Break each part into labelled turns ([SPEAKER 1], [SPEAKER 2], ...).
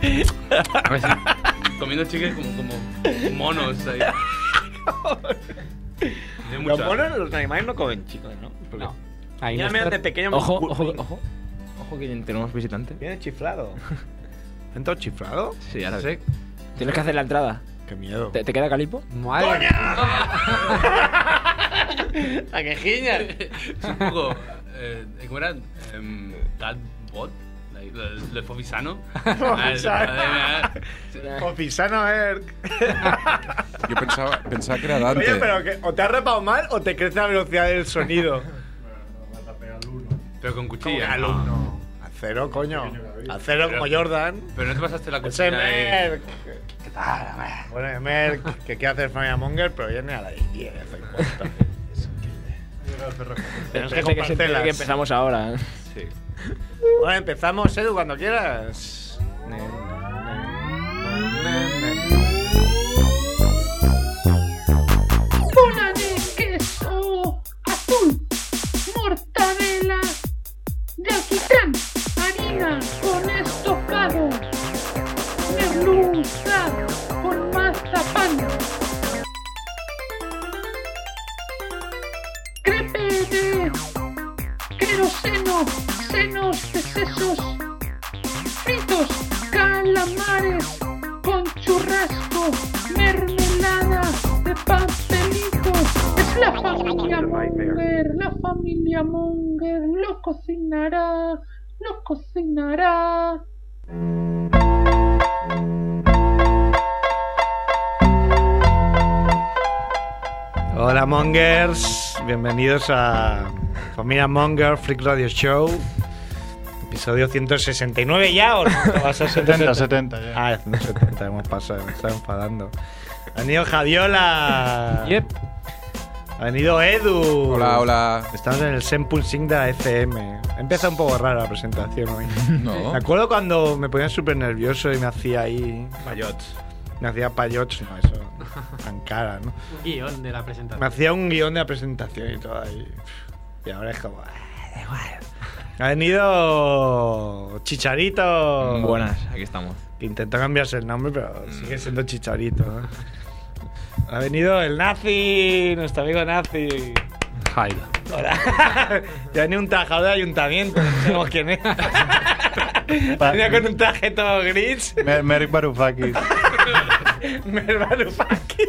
[SPEAKER 1] Así, comiendo chicle como, como monos. ahí. De
[SPEAKER 2] Los
[SPEAKER 1] mucha-
[SPEAKER 2] monos, los animales no comen chicos, ¿no? Porque
[SPEAKER 3] No. Ahí
[SPEAKER 2] Ya
[SPEAKER 3] nos
[SPEAKER 2] me
[SPEAKER 3] tra-
[SPEAKER 2] de pequeño me-
[SPEAKER 3] Ojo,
[SPEAKER 2] Uy,
[SPEAKER 3] ojo,
[SPEAKER 2] uy.
[SPEAKER 3] ojo. Ojo que tenemos visitante.
[SPEAKER 2] Viene chiflado.
[SPEAKER 4] ¿Ha entrado chiflado?
[SPEAKER 3] Sí, ahora
[SPEAKER 1] Sí.
[SPEAKER 3] ves. Tienes que hacer la entrada.
[SPEAKER 4] Qué miedo.
[SPEAKER 3] ¿Te, te queda calipo?
[SPEAKER 4] Madre.
[SPEAKER 2] ¿A que giñas?
[SPEAKER 1] Es un poco. Eh, ¿Cómo era? Em, Dad Bot. Like, Le le Fofisano. Ah, eh,
[SPEAKER 4] Ofisano Erk.
[SPEAKER 5] Yo pensaba, pensaba que era Dante.
[SPEAKER 4] Oye, pero que o te has repado mal o te crece la velocidad del sonido.
[SPEAKER 1] Pero con cuchilla.
[SPEAKER 4] Como que al
[SPEAKER 1] no.
[SPEAKER 4] uno. A cero, coño. A cero como
[SPEAKER 1] Pero-
[SPEAKER 4] Jordan.
[SPEAKER 1] Pero no te pasaste la
[SPEAKER 4] Ese
[SPEAKER 1] cuchilla. ahí.
[SPEAKER 4] Merck. ¿Qué tal, hombre? Bueno, Merck, que quiere hacer Familia Monger, pero viene a las 10, hace cuarto.
[SPEAKER 3] Tenemos
[SPEAKER 4] que
[SPEAKER 3] gente que se entere
[SPEAKER 4] compartirlas.
[SPEAKER 3] que empezamos ahora.
[SPEAKER 1] Sí.
[SPEAKER 4] Bueno, empezamos, Edu, cuando quieras.
[SPEAKER 6] bola de queso azul, mortadela, yaquitán, harina con estofado, merluza con mazapán, crepe de queroseno, senos de sesos, fritos, calamares con churrasco, mermelada de pastelito. Es la familia Monger, la familia Monger lo cocinará, lo cocinará.
[SPEAKER 4] Hola, Mongers. Bienvenidos a Familia Monger Freak Radio Show. Episodio 169 ya, ¿o no? ¿Vas a
[SPEAKER 7] 70, 70 ya.
[SPEAKER 4] Ah, 170 hemos pasado, me está enfadando. Ha venido Javiola.
[SPEAKER 3] Yep.
[SPEAKER 4] Ha venido Edu.
[SPEAKER 5] Hola, hola.
[SPEAKER 4] Estamos en el Sempul Sing de la FM. Empieza un poco rara la presentación hoy.
[SPEAKER 5] No.
[SPEAKER 4] Me acuerdo cuando me ponía súper nervioso y me hacía ahí.
[SPEAKER 1] Payots.
[SPEAKER 4] Me hacía payots, no, eso. Tan cara, ¿no?
[SPEAKER 8] Un guión de la presentación.
[SPEAKER 4] Me hacía un guión de la presentación y todo ahí. Y ahora es como. "Ah, da igual". Ha venido. Chicharito.
[SPEAKER 3] Buenas, aquí estamos.
[SPEAKER 4] Que intentó cambiarse el nombre, pero sigue siendo Chicharito. ¿no? Ha venido el nazi, nuestro amigo nazi.
[SPEAKER 7] Jairo.
[SPEAKER 4] Hola. Ya venía un trabajador de ayuntamiento, no sabemos quién es. Venía con un traje todo gris.
[SPEAKER 7] Mer- Merck Varoufakis.
[SPEAKER 4] Merbarufaki.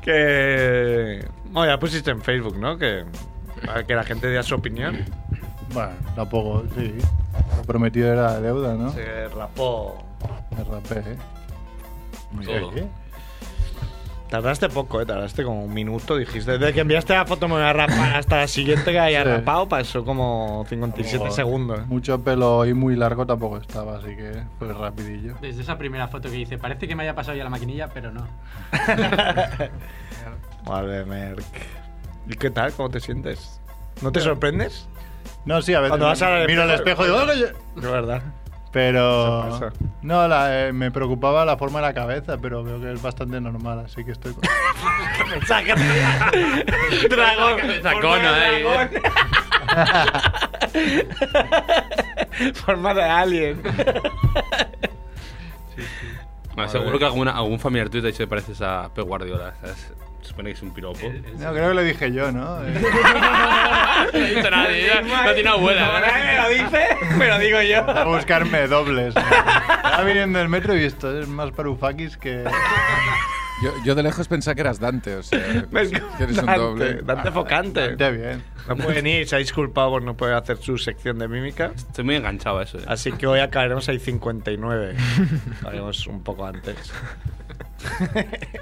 [SPEAKER 4] que. Bueno, ya pusiste en Facebook, ¿no? Que. Para que la gente diera su opinión.
[SPEAKER 7] Bueno, tampoco, sí. Lo prometido era deuda, ¿no?
[SPEAKER 4] Se rapó.
[SPEAKER 7] Me rapé, ¿eh?
[SPEAKER 1] Todo.
[SPEAKER 7] ¿Qué?
[SPEAKER 4] Tardaste poco, ¿eh? Tardaste como un minuto, dijiste. Desde que enviaste la foto me voy a rapar hasta la siguiente que haya
[SPEAKER 7] Sí.
[SPEAKER 4] rapado, pasó como 57
[SPEAKER 7] Joder.
[SPEAKER 4] segundos.
[SPEAKER 7] Mucho pelo y muy largo tampoco estaba, así que fue rapidillo.
[SPEAKER 8] Desde esa primera foto que hice, parece que me haya pasado ya la maquinilla, pero no.
[SPEAKER 4] Vale, Merck. ¿Y qué tal? ¿Cómo te sientes? ¿No te sorprendes?
[SPEAKER 7] No, sí, a veces
[SPEAKER 4] Cuando vas al
[SPEAKER 7] miro al espejo y digo, "Oye".
[SPEAKER 4] De verdad.
[SPEAKER 7] Pero...
[SPEAKER 4] Eso pasa.
[SPEAKER 7] No, la- eh, me preocupaba la forma de la cabeza, pero veo que es bastante normal, así que estoy... con-
[SPEAKER 4] dragón.
[SPEAKER 1] Sacona ahí. eh.
[SPEAKER 4] Forma de
[SPEAKER 7] ¿eh?
[SPEAKER 4] alien.
[SPEAKER 1] Bueno, seguro que alguna, algún familiar tuyo te ha dicho que pareces a P. Guardiola. ¿sabes? Se supone que es un piropo.
[SPEAKER 4] Eh,
[SPEAKER 7] No, creo que lo dije yo, ¿no? Eh,
[SPEAKER 1] No ha dicho nadie, ya- no tiene abuela.
[SPEAKER 4] me lo dice, me lo digo yo.
[SPEAKER 7] Eh, a buscarme dobles. Estaba viniendo el metro y esto es más Varoufakis que...
[SPEAKER 5] Yo, yo de lejos pensaba que eras Dante, o sea,
[SPEAKER 4] Me
[SPEAKER 5] que eres un doble.
[SPEAKER 4] Dante Focante.
[SPEAKER 7] Está bien.
[SPEAKER 4] No puede venir, se ha disculpado por no poder hacer su sección de mímica.
[SPEAKER 1] Estoy muy enganchado a eso. eh.
[SPEAKER 4] Así que hoy acabaremos ahí 59. Haremos un poco antes.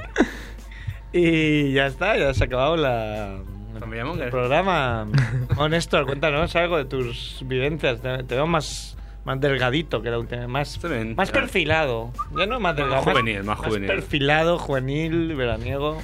[SPEAKER 4] y ya está, ya se ha acabado la,
[SPEAKER 1] Familia
[SPEAKER 4] el
[SPEAKER 1] Monger.
[SPEAKER 4] programa. Honesto, cuéntanos algo de tus vivencias. Te, te veo más, más delgadito que la última, más,
[SPEAKER 1] Está bien.
[SPEAKER 4] más perfilado. Ya no más delgado.
[SPEAKER 1] juvenil, más juvenil.
[SPEAKER 4] perfilado, juvenil, veraniego.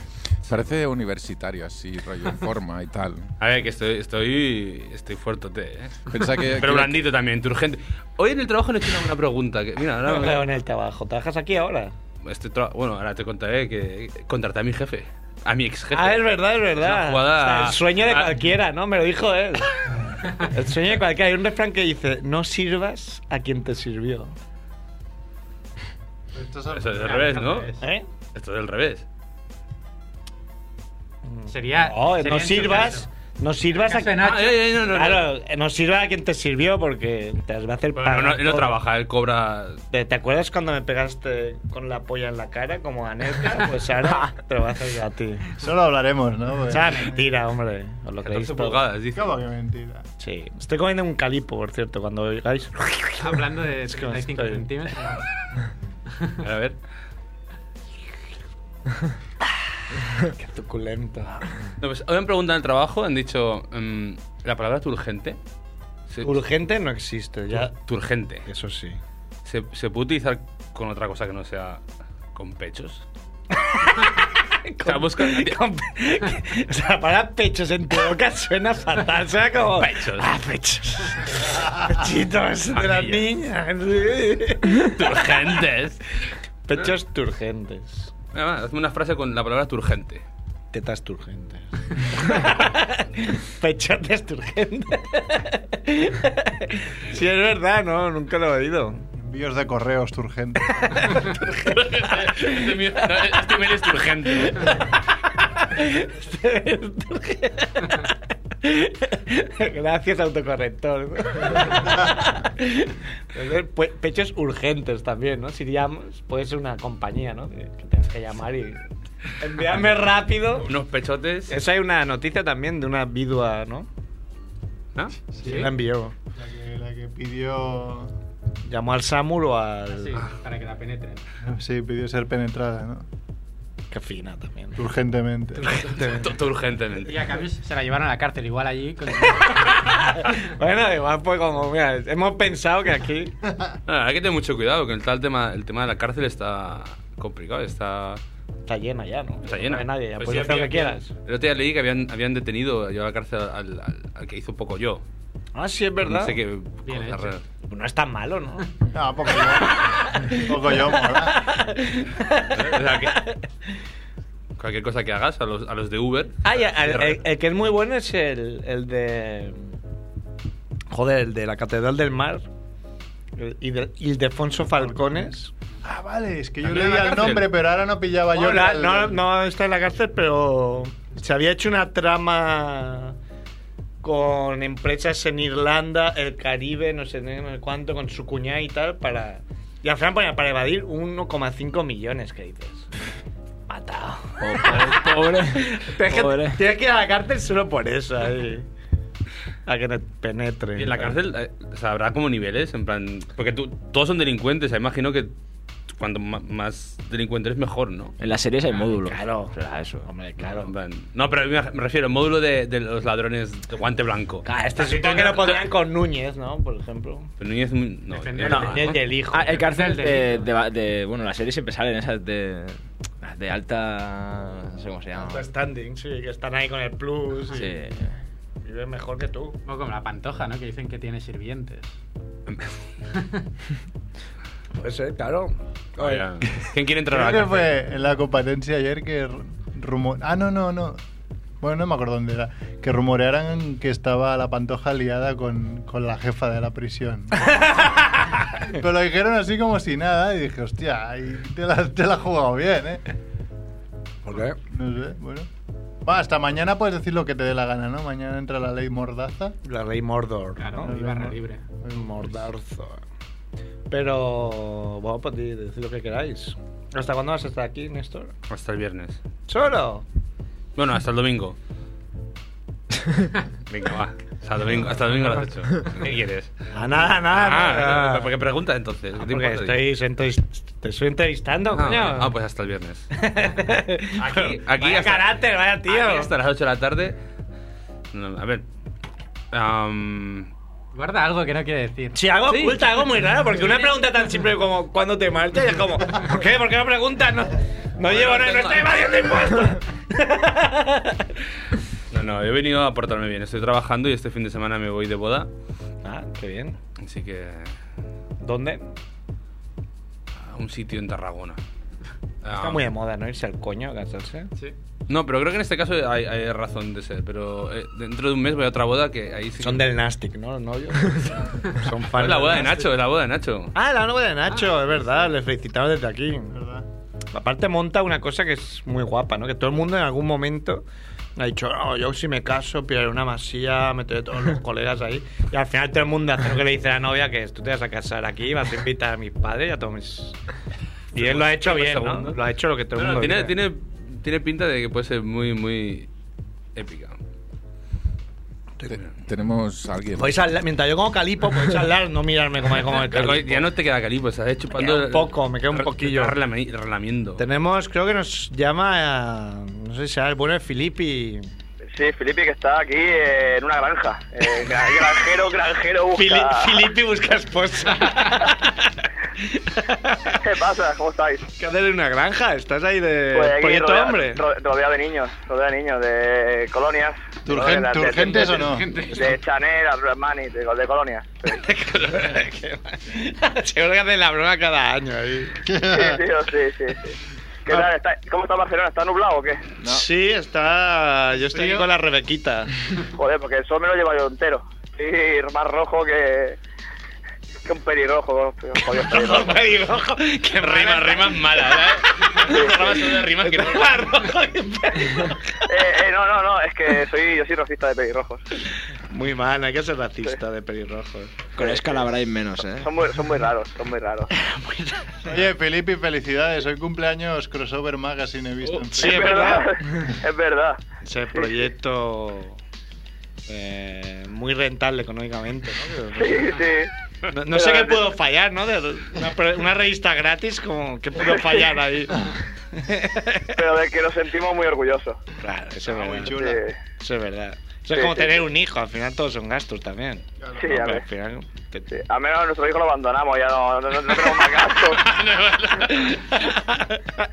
[SPEAKER 5] Parece universitario, así, rollo en forma y tal. este,
[SPEAKER 1] A ver, que estoy, estoy, estoy fuertote, ¿eh?
[SPEAKER 5] Pensaba que.
[SPEAKER 1] Pero
[SPEAKER 5] que-
[SPEAKER 1] blandito también, turgente. Hoy en el trabajo le he hecho una buena pregunta. Que, mira,
[SPEAKER 4] No,
[SPEAKER 1] ahora,
[SPEAKER 4] en el trabajo. ¿Trabajas aquí ahora?
[SPEAKER 1] este tra- bueno, ahora te contaré que contraté a mi jefe, a mi ex jefe.
[SPEAKER 4] Ah, es verdad, es
[SPEAKER 1] Es
[SPEAKER 4] verdad.
[SPEAKER 1] una jugada-
[SPEAKER 4] O sea, el sueño de
[SPEAKER 1] Ah.
[SPEAKER 4] cualquiera, ¿no? Me lo dijo él. cualquiera.
[SPEAKER 2] cualquiera.
[SPEAKER 4] El sueño de cualquiera. Hay un refrán que dice: No sirvas a quien te sirvió.
[SPEAKER 7] Esto
[SPEAKER 1] Eso es al revés, ¿no?
[SPEAKER 4] ¿Eh?
[SPEAKER 1] Esto es al revés.
[SPEAKER 8] Sería.
[SPEAKER 4] Mm. No,
[SPEAKER 8] sería
[SPEAKER 4] no
[SPEAKER 8] en su
[SPEAKER 4] sirvas.
[SPEAKER 8] caso.
[SPEAKER 4] No sirvas a
[SPEAKER 8] Caso de
[SPEAKER 4] quien.
[SPEAKER 8] Nacho.
[SPEAKER 1] Ah, eh, eh, no, no, no.
[SPEAKER 4] Claro, no sirva a quien te sirvió porque te va a hacer
[SPEAKER 1] Bueno,
[SPEAKER 4] pagar
[SPEAKER 1] no, él no
[SPEAKER 4] todo.
[SPEAKER 1] trabaja, él cobra.
[SPEAKER 4] ¿Te, te acuerdas cuando me pegaste con la polla en la cara como a Nesca? Pues ahora te lo voy a hacer yo a ti.
[SPEAKER 7] Solo hablaremos, ¿no?
[SPEAKER 4] O
[SPEAKER 7] Porque-
[SPEAKER 4] sea, mentira, hombre. Os lo creéis
[SPEAKER 1] 14
[SPEAKER 4] todo.
[SPEAKER 1] pulgadas, dice.
[SPEAKER 7] ¿Cómo que mentira?
[SPEAKER 4] Sí. Estoy comiendo un calipo, por cierto, cuando oigáis.
[SPEAKER 8] Hablando de
[SPEAKER 4] que no
[SPEAKER 8] 35
[SPEAKER 4] estoy.
[SPEAKER 8] centímetros.
[SPEAKER 1] A ver.
[SPEAKER 4] Qué suculento.
[SPEAKER 1] No, pues, hoy me han preguntado en el trabajo, han dicho. mm, ¿La palabra turgente? Se,
[SPEAKER 4] Urgente no existe, ya.
[SPEAKER 1] turgente.
[SPEAKER 4] Eso sí.
[SPEAKER 1] ¿Se, ¿Se puede utilizar con otra cosa que no sea con pechos? o sea, busca-
[SPEAKER 4] Con pe- o sea, para pechos en tu boca suena fatal. Suena como.
[SPEAKER 1] Pechos.
[SPEAKER 4] Ah, pechos. Pechitos de las niñas.
[SPEAKER 1] turgentes.
[SPEAKER 4] Pechos turgentes.
[SPEAKER 1] Venga, va, hazme una frase con la palabra turgente.
[SPEAKER 4] Tetas turgentes. Pechotes turgentes. sí, es verdad, no, nunca lo he oído.
[SPEAKER 7] Envíos de correos urgentes.
[SPEAKER 1] este, mío- no, este email es turgente.
[SPEAKER 4] Gracias, autocorrector. Pe- Pechos urgentes también, ¿no? Si llamas, puede ser una compañía, ¿no? Que que tengas que llamar y. Envíame rápido.
[SPEAKER 1] Unos pechotes.
[SPEAKER 4] Eso hay una noticia también de una vidua, ¿no?
[SPEAKER 1] ¿No?
[SPEAKER 8] Sí.
[SPEAKER 4] La envió.
[SPEAKER 7] La que, la que pidió.
[SPEAKER 4] Llamó al Samur o al.
[SPEAKER 8] Sí, para que la penetren.
[SPEAKER 7] Sí, pidió ser penetrada, ¿no?
[SPEAKER 4] Qué fina también.
[SPEAKER 7] Urgentemente.
[SPEAKER 1] Tu- tu- Urgentemente.
[SPEAKER 8] Y a cambio se la llevaron a la cárcel, igual allí. Con...
[SPEAKER 4] Bueno, igual pues como, mira, hemos pensado que aquí.
[SPEAKER 1] Ah, hay que tener mucho cuidado, que el, tal tema, el tema de la cárcel está complicado, está...
[SPEAKER 4] Está llena ya, ¿no?
[SPEAKER 1] Está llena.
[SPEAKER 4] No hay nadie, ya
[SPEAKER 1] Pues
[SPEAKER 4] puedes
[SPEAKER 1] sí,
[SPEAKER 4] hacer lo que
[SPEAKER 1] había-
[SPEAKER 4] quieras.
[SPEAKER 1] El otro día leí que habían, habían detenido, llevado a la cárcel al, al- al que hizo poco yo.
[SPEAKER 4] Ah, sí, es verdad.
[SPEAKER 1] No sé qué...
[SPEAKER 8] Bien
[SPEAKER 1] cosa
[SPEAKER 8] hecho.
[SPEAKER 1] rara.
[SPEAKER 4] No es tan malo, ¿no?
[SPEAKER 7] No, poco yo. Poco yo, mola.
[SPEAKER 1] O sea, que- cualquier cosa que hagas a los, a los de Uber...
[SPEAKER 4] Ah, ya, el, el- el que es muy bueno es el, el de. Joder, el de la Catedral del Mar. El Ilde- Ildefonso Falcones.
[SPEAKER 7] Ah, vale, es que yo
[SPEAKER 1] También en la
[SPEAKER 7] leía el
[SPEAKER 1] cárcel.
[SPEAKER 7] nombre, pero ahora no pillaba Pues yo.
[SPEAKER 4] Hola,
[SPEAKER 7] el-
[SPEAKER 4] no, no está en la cárcel, pero se había hecho una trama con empresas en Irlanda, el Caribe, no sé, no sé cuánto, con su cuñada y tal, para. Y al final ponía para evadir 1,5 millones, que dices. Matado.
[SPEAKER 3] Pobre.
[SPEAKER 4] Tienes que-
[SPEAKER 3] Pobre.
[SPEAKER 4] tienes que ir a la cárcel solo por eso, ahí. A que te penetre.
[SPEAKER 1] Y en la cárcel eh, o sea, habrá como niveles, en plan... Porque tú, todos son delincuentes, o sea, imagino que cuanto ma- más delincuente eres, mejor, ¿no?
[SPEAKER 3] En las series hay módulos.
[SPEAKER 4] Ah, Claro.
[SPEAKER 3] Será eso. Hombre,
[SPEAKER 1] En plan- No, pero me me refiero al módulo de, de los ladrones de guante blanco.
[SPEAKER 4] Ah, esto sí que lo pondrían con Núñez, ¿no? Por ejemplo.
[SPEAKER 1] Pero Núñez... No,
[SPEAKER 8] Defender-
[SPEAKER 1] no,
[SPEAKER 4] Núñez del hijo.
[SPEAKER 3] Ah, el cárcel
[SPEAKER 8] El
[SPEAKER 3] de,
[SPEAKER 8] delito.
[SPEAKER 3] de- de- Bueno, las series siempre salen esas de. De alta. No sé cómo se llama.
[SPEAKER 4] Alto Standing, sí, que están ahí con el plus. y-
[SPEAKER 3] Sí.
[SPEAKER 4] Vive mejor que tú.
[SPEAKER 8] Un poco como la pantoja, ¿no? Que dicen que tiene sirvientes.
[SPEAKER 4] Puede ser, Pues, eh, claro.
[SPEAKER 1] Oiga, ¿Quién quiere entrar a
[SPEAKER 7] Creo
[SPEAKER 1] la
[SPEAKER 7] que
[SPEAKER 1] cárcel?
[SPEAKER 7] fue en la competencia ayer que ru- rumor... Ah, no, no, no. Bueno, no me acuerdo dónde era. Que rumorearan que estaba la pantoja liada con, con la jefa de la prisión. Pero lo dijeron así como si nada y dije, hostia, ahí te la, te la has jugado bien, ¿eh?
[SPEAKER 9] ¿Por qué?
[SPEAKER 7] No sé, bueno. Va, hasta mañana puedes decir lo que te dé la gana, ¿no? Mañana entra la ley mordaza.
[SPEAKER 4] La ley Mordor.
[SPEAKER 8] Claro,
[SPEAKER 7] No,
[SPEAKER 8] y barra
[SPEAKER 7] no.
[SPEAKER 8] libre.
[SPEAKER 4] Mordarzo. Pero. Bueno, pues di- decid lo que queráis. ¿Hasta cuándo vas a estar aquí, Néstor?
[SPEAKER 1] Hasta el viernes.
[SPEAKER 4] ¡Solo!
[SPEAKER 1] Bueno, hasta el domingo. Venga, va. Hasta el domingo, hasta el domingo a las 8. ¿Qué quieres?
[SPEAKER 4] Ah, nada, nada,
[SPEAKER 1] Ah,
[SPEAKER 4] nada.
[SPEAKER 1] ¿por qué preguntas entonces? ¿Qué te
[SPEAKER 4] Ah, Porque
[SPEAKER 1] importa?
[SPEAKER 4] estoy, estoy- te estoy entrevistando, coño.
[SPEAKER 1] Ah, ah, pues hasta el viernes.
[SPEAKER 4] aquí,
[SPEAKER 1] aquí
[SPEAKER 4] vaya
[SPEAKER 1] hasta-
[SPEAKER 4] carácter, vaya tío.
[SPEAKER 1] Aquí hasta las 8 de la tarde. No, a ver. Am,
[SPEAKER 8] Guarda algo que no quiere decir.
[SPEAKER 4] Si algo oculta, algo muy raro, porque una pregunta tan simple como ¿cuándo te marchas? Y es como, ¿por qué? ¿Por qué no preguntas? No, no llevo nada, no estoy evadiendo impuestos.
[SPEAKER 1] no, no, he venido a portarme bien. Estoy trabajando y este fin de semana me voy de boda.
[SPEAKER 4] Ah, qué bien.
[SPEAKER 1] Así que
[SPEAKER 4] ¿Dónde?
[SPEAKER 1] a un sitio en Tarragona. Ah,
[SPEAKER 4] Está muy de moda, ¿no? Irse al coño a casarse.
[SPEAKER 8] Sí.
[SPEAKER 1] No, pero creo que en este caso hay, hay razón de ser. Pero eh, dentro de un mes voy a otra boda que ahí sí.
[SPEAKER 4] Son del Nastic, ¿no? Los novios. Son
[SPEAKER 1] Es
[SPEAKER 4] fans.
[SPEAKER 1] la
[SPEAKER 4] del
[SPEAKER 1] boda de
[SPEAKER 4] Nastic.
[SPEAKER 1] Nacho, es la boda de Nacho.
[SPEAKER 4] Ah, la boda de Nacho, es verdad. Le felicitamos desde aquí.
[SPEAKER 7] ¿Verdad?
[SPEAKER 4] Aparte monta una cosa que es muy guapa, ¿no? Que todo el mundo en algún momento ha dicho, "No, yo si me caso, pillaré una masía, meteré a todos los colegas ahí. Y al final todo el mundo hace lo que le dice la novia, que es, tú te vas a casar aquí, vas a invitar a mis padres y a todos mis... Y él lo ha hecho bien, ¿no?
[SPEAKER 1] segundo.
[SPEAKER 4] Lo ha hecho lo que todo el
[SPEAKER 1] No, no,
[SPEAKER 4] mundo
[SPEAKER 1] tiene,
[SPEAKER 4] dice.
[SPEAKER 1] tiene, tiene pinta de que puede ser muy, muy épica.
[SPEAKER 5] Te- tenemos a alguien.
[SPEAKER 4] Podéis hablar- mientras yo como calipo, podéis hablar, no mirarme como, como el
[SPEAKER 1] Pero
[SPEAKER 4] calipo.
[SPEAKER 1] ya no te queda calipo, estás chupando.
[SPEAKER 4] Me queda un poco, me queda un
[SPEAKER 1] Re-
[SPEAKER 4] poquillo.
[SPEAKER 1] estás relami- relamiendo.
[SPEAKER 4] Tenemos, creo que nos llama, eh, no sé si será el bueno de Filippi.
[SPEAKER 10] Sí, Felipe que está aquí eh, en una granja. Eh, gra- granjero, granjero busca.
[SPEAKER 4] Filippi busca esposa.
[SPEAKER 10] ¿Qué pasa? ¿Cómo estáis?
[SPEAKER 4] ¿Qué haces en una granja? ¿Estás ahí de
[SPEAKER 10] Pues aquí
[SPEAKER 4] Eh, proyecto
[SPEAKER 10] rodea-
[SPEAKER 4] hombre?
[SPEAKER 10] ro- rodeado de niños, rodeado de niños, de eh, colonias.
[SPEAKER 7] ¿Turgen-
[SPEAKER 10] De- de-
[SPEAKER 7] turgentes
[SPEAKER 10] de-
[SPEAKER 7] o no?
[SPEAKER 10] De Chanel, Armani, de, de colonias. Sí,
[SPEAKER 4] Seguro que hacen la broma cada año ahí.
[SPEAKER 10] tío, sí, sí, sí. ¿Qué tal? ¿Está- ¿Cómo está Barcelona? ¿Está nublado o qué?
[SPEAKER 4] Sí, está. Yo estoy aquí con la Rebequita.
[SPEAKER 10] Joder, porque el sol me lo lleva yo entero. Sí, más rojo que... Que un pelirrojo, jodido pelirrojo.
[SPEAKER 4] Pelirrojo, que rimas, rimas malas, ¿verdad? rimas que
[SPEAKER 10] Eh, eh, no, no, no, es que soy, yo soy rojista de pelirrojos.
[SPEAKER 4] Muy mal, hay que ser racista de pelirrojo.
[SPEAKER 3] Con escalabráis menos, ¿eh?
[SPEAKER 10] Son muy, son muy raros, son muy raros.
[SPEAKER 7] Oye, Felipe, felicidades. Hoy cumpleaños Crossover Magazine he visto. en
[SPEAKER 4] Oh, Sí,
[SPEAKER 7] Facebook.
[SPEAKER 4] es verdad.
[SPEAKER 10] es verdad.
[SPEAKER 4] Ese proyecto. eh, muy rentable económicamente, ¿no?
[SPEAKER 10] Sí,
[SPEAKER 4] Que-
[SPEAKER 10] sí.
[SPEAKER 4] No, no sé qué pudo fallar, ¿no? De una, pre- una revista gratis, como que pudo fallar ahí.
[SPEAKER 10] Pero de que nos sentimos muy orgullosos.
[SPEAKER 4] Claro, eso es
[SPEAKER 7] Ah, Muy
[SPEAKER 4] verdad.
[SPEAKER 10] Sí,
[SPEAKER 7] chula.
[SPEAKER 4] Eso es verdad. Eso es
[SPEAKER 10] Sí,
[SPEAKER 4] como
[SPEAKER 10] sí,
[SPEAKER 4] tener
[SPEAKER 10] sí.
[SPEAKER 4] un hijo, al final todos son gastos también.
[SPEAKER 10] Sí,
[SPEAKER 4] No,
[SPEAKER 10] a
[SPEAKER 4] pero
[SPEAKER 10] ver.
[SPEAKER 4] al final te-
[SPEAKER 10] Sí. Al menos a nuestro hijo lo abandonamos, ya no, no, no- no tenemos más gastos.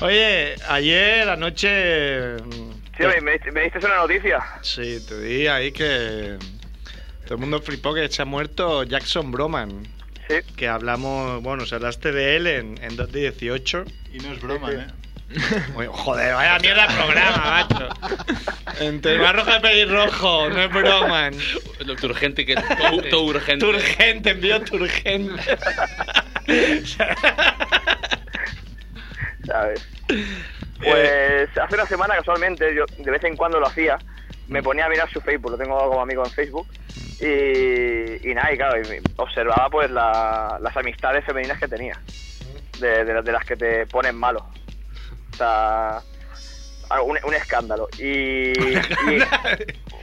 [SPEAKER 4] Oye, ayer anoche. mm,
[SPEAKER 10] Sí, me, me, me diste una noticia.
[SPEAKER 4] Sí, te di ahí que. Todo el mundo flipó que se ha muerto Jackson Broman.
[SPEAKER 10] Sí,
[SPEAKER 4] Que hablamos, bueno, se hablaste de él en, en 2018.
[SPEAKER 7] Y no es broma, ¿eh?
[SPEAKER 4] Oye, Joder, vaya mierda de programa, macho. Entre más rojo y pelirrojo, no es Broman.
[SPEAKER 1] Lo urgente que. Todo, todo urgente.
[SPEAKER 4] Turgente, envío turgente.
[SPEAKER 10] ¿sabes? Pues hace una semana casualmente, yo de vez en cuando lo hacía,
[SPEAKER 7] Mm.
[SPEAKER 10] me ponía a mirar su Facebook, lo tengo como amigo en Facebook, y, y nada, y claro, y me- observaba pues la- las amistades femeninas que tenía, de, de las- de las que te ponen malo. O sea, algo- un, un escándalo. Y, y-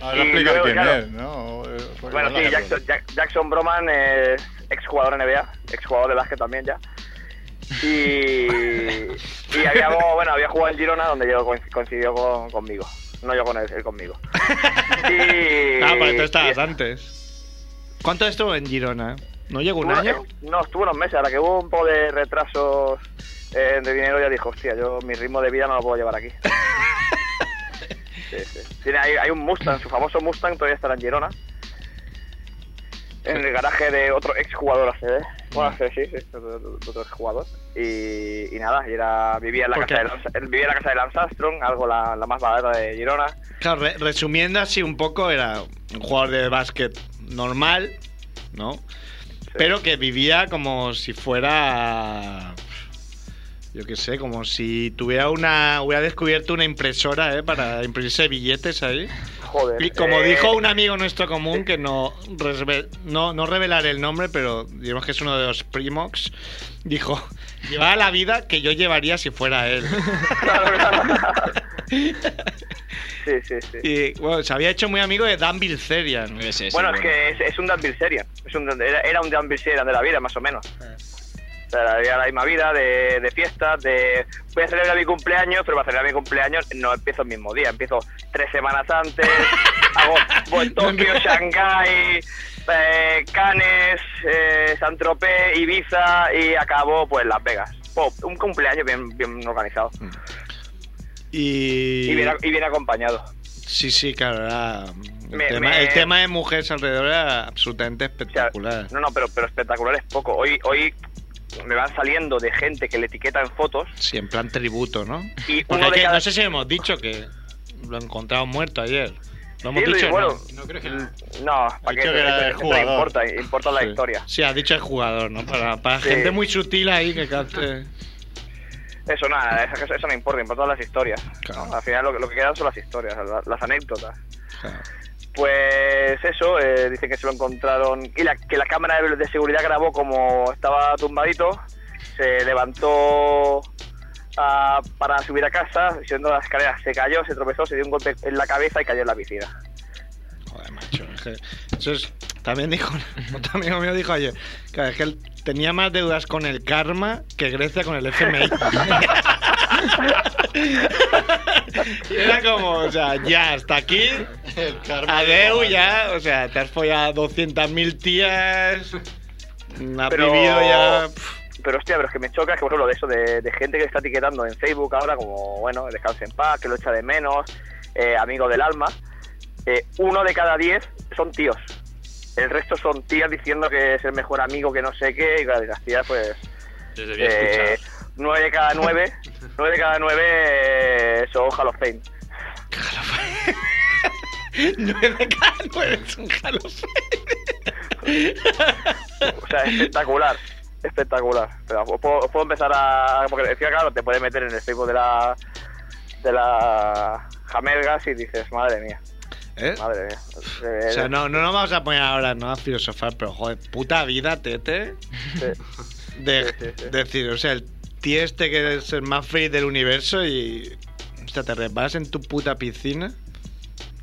[SPEAKER 7] Ahora
[SPEAKER 10] Y
[SPEAKER 7] explica
[SPEAKER 10] luego,
[SPEAKER 7] quién
[SPEAKER 10] claro.
[SPEAKER 7] es, ¿no? O, eh, porque
[SPEAKER 10] Bueno,
[SPEAKER 7] no
[SPEAKER 10] sí,
[SPEAKER 7] la
[SPEAKER 10] Jackson, Jack- Jackson Broman es exjugador NBA, exjugador de básquet también ya. Y, y habíamos, bueno, había jugado en Girona donde yo coinc- coincidió con- conmigo. No yo con él, él conmigo. Y,
[SPEAKER 4] Ah, pero tú estabas
[SPEAKER 10] y-
[SPEAKER 4] antes. ¿Cuánto estuvo en Girona? ¿No llegó un
[SPEAKER 10] estuvo-
[SPEAKER 4] año?
[SPEAKER 10] eh, No, estuvo unos meses, ahora que hubo un poco de retrasos eh, de dinero, ya dijo, hostia, yo mi ritmo de vida no lo puedo llevar aquí. Sí, sí. Tiene- hay, hay un Mustang, su famoso Mustang todavía estará en Girona. En el garaje de otro exjugador ACB. Bueno, ACB, sí, sí, otro, otro exjugador. Y, y nada, y era, vivía, en la
[SPEAKER 4] ¿Por
[SPEAKER 10] casa de
[SPEAKER 4] qué?
[SPEAKER 10] Lance- vivía en la casa de Lance Armstrong, algo la, la más barata de Girona.
[SPEAKER 4] Claro, re- resumiendo así un poco, era un jugador de básquet normal, ¿no? Pero que vivía como si fuera. Yo qué sé, como si tuviera una. Hubiera descubierto una impresora, ¿eh? Para imprimirse billetes ahí.
[SPEAKER 10] Joder.
[SPEAKER 4] Y como
[SPEAKER 10] eh,
[SPEAKER 4] dijo un amigo nuestro común, que no, resve- no, no revelaré el nombre, pero digamos que es uno de los primox, dijo, llevaba la vida que yo llevaría si fuera él.
[SPEAKER 10] Claro, claro. Sí, sí, sí.
[SPEAKER 4] y bueno, se había hecho muy amigo de Dan Bilzerian.
[SPEAKER 3] Ese, ese,
[SPEAKER 10] Bueno, es que es, es un Dan Bilzerian. Es un, era, era un Dan Bilzerian de la vida, más o menos. O sea, era la misma vida de, de fiestas, de voy a celebrar mi cumpleaños, pero para celebrar mi cumpleaños no empiezo el mismo día, empiezo tres semanas antes, hago voy, Tokio, Shanghái, eh, Cannes, eh, San Tropez, Ibiza y acabo pues Las Vegas. Po, un cumpleaños bien, bien organizado
[SPEAKER 4] Y...
[SPEAKER 10] y bien, y bien acompañado.
[SPEAKER 4] Sí, sí, claro, era... El,
[SPEAKER 10] Me-
[SPEAKER 4] tema,
[SPEAKER 10] me-
[SPEAKER 4] el tema de mujeres alrededor era absolutamente
[SPEAKER 10] O sea,
[SPEAKER 4] espectacular.
[SPEAKER 10] no, no, pero, pero espectacular es poco. Hoy, hoy me van saliendo de gente que le etiqueta en fotos
[SPEAKER 4] Sí, en plan tributo, ¿no?
[SPEAKER 10] y
[SPEAKER 4] Porque
[SPEAKER 10] uno
[SPEAKER 4] hay
[SPEAKER 10] de
[SPEAKER 4] que-
[SPEAKER 10] cada...
[SPEAKER 4] No sé si hemos dicho que lo encontramos muerto ayer. Lo hemos
[SPEAKER 10] Sí,
[SPEAKER 4] dicho.
[SPEAKER 10] bueno, Mm,
[SPEAKER 4] ¿no?
[SPEAKER 8] No creo que no.
[SPEAKER 10] no, para
[SPEAKER 7] Dicho que era del jugador.
[SPEAKER 10] importa, importa la
[SPEAKER 4] Sí.
[SPEAKER 10] historia.
[SPEAKER 4] Sí, has dicho el jugador, ¿no? Para, para
[SPEAKER 10] Sí.
[SPEAKER 4] gente muy sutil ahí que capte.
[SPEAKER 10] Eso nada, eso, eso no importa, importan las historias.
[SPEAKER 4] Claro.
[SPEAKER 10] ¿no? Al final lo, que- lo que quedan son las historias, la- las anécdotas.
[SPEAKER 4] Claro.
[SPEAKER 10] Pues eso, eh, dicen que se lo encontraron y la, que la cámara de, de seguridad grabó como estaba tumbadito, se levantó ah, para subir a casa, subiendo las escaleras, se cayó, se tropezó, se dio un golpe en la cabeza y cayó en la piscina.
[SPEAKER 4] Joder, macho. es que Eso es. También dijo. Otro amigo mío dijo ayer. Que es que él tenía más deudas con el karma que Grecia con el FMI. Era como, o sea, ya hasta aquí.
[SPEAKER 7] El karma
[SPEAKER 4] Adeu, ya. O sea, te has follado 200.000 tías. Has
[SPEAKER 10] Pero-
[SPEAKER 4] vivido ya. pf,
[SPEAKER 10] Pero hostia, pero es que me choca, es que por ejemplo de eso, de, de gente que está etiquetando en Facebook ahora como, bueno, descanse en paz, que lo echa de menos, eh, amigo del alma, eh, uno de cada diez son tíos. El resto son tías diciendo que es el mejor amigo, que no sé qué, y claro, y las tías pues...
[SPEAKER 1] Les debía
[SPEAKER 10] Eh,
[SPEAKER 1] escuchar.
[SPEAKER 10] nueve de cada nueve, nueve de cada nueve eh, son Hall of Fame.
[SPEAKER 4] Nueve de cada nueve es un jalofén.
[SPEAKER 10] O sea, espectacular, espectacular. Pero os puedo, os puedo empezar a... Porque encima, claro, te puedes meter en el Facebook de la... De la... Jamelgas y dices, madre mía,
[SPEAKER 4] ¿Eh?
[SPEAKER 10] madre mía. Eh,
[SPEAKER 4] O sea, no, no nos vamos a poner ahora ¿no? a filosofar, pero joder, puta vida, tete.
[SPEAKER 10] Sí.
[SPEAKER 4] De,
[SPEAKER 10] Sí, sí, sí.
[SPEAKER 4] Decir, o sea, el tío este que es el más feliz del universo y. O sea, te resbalas en tu puta piscina.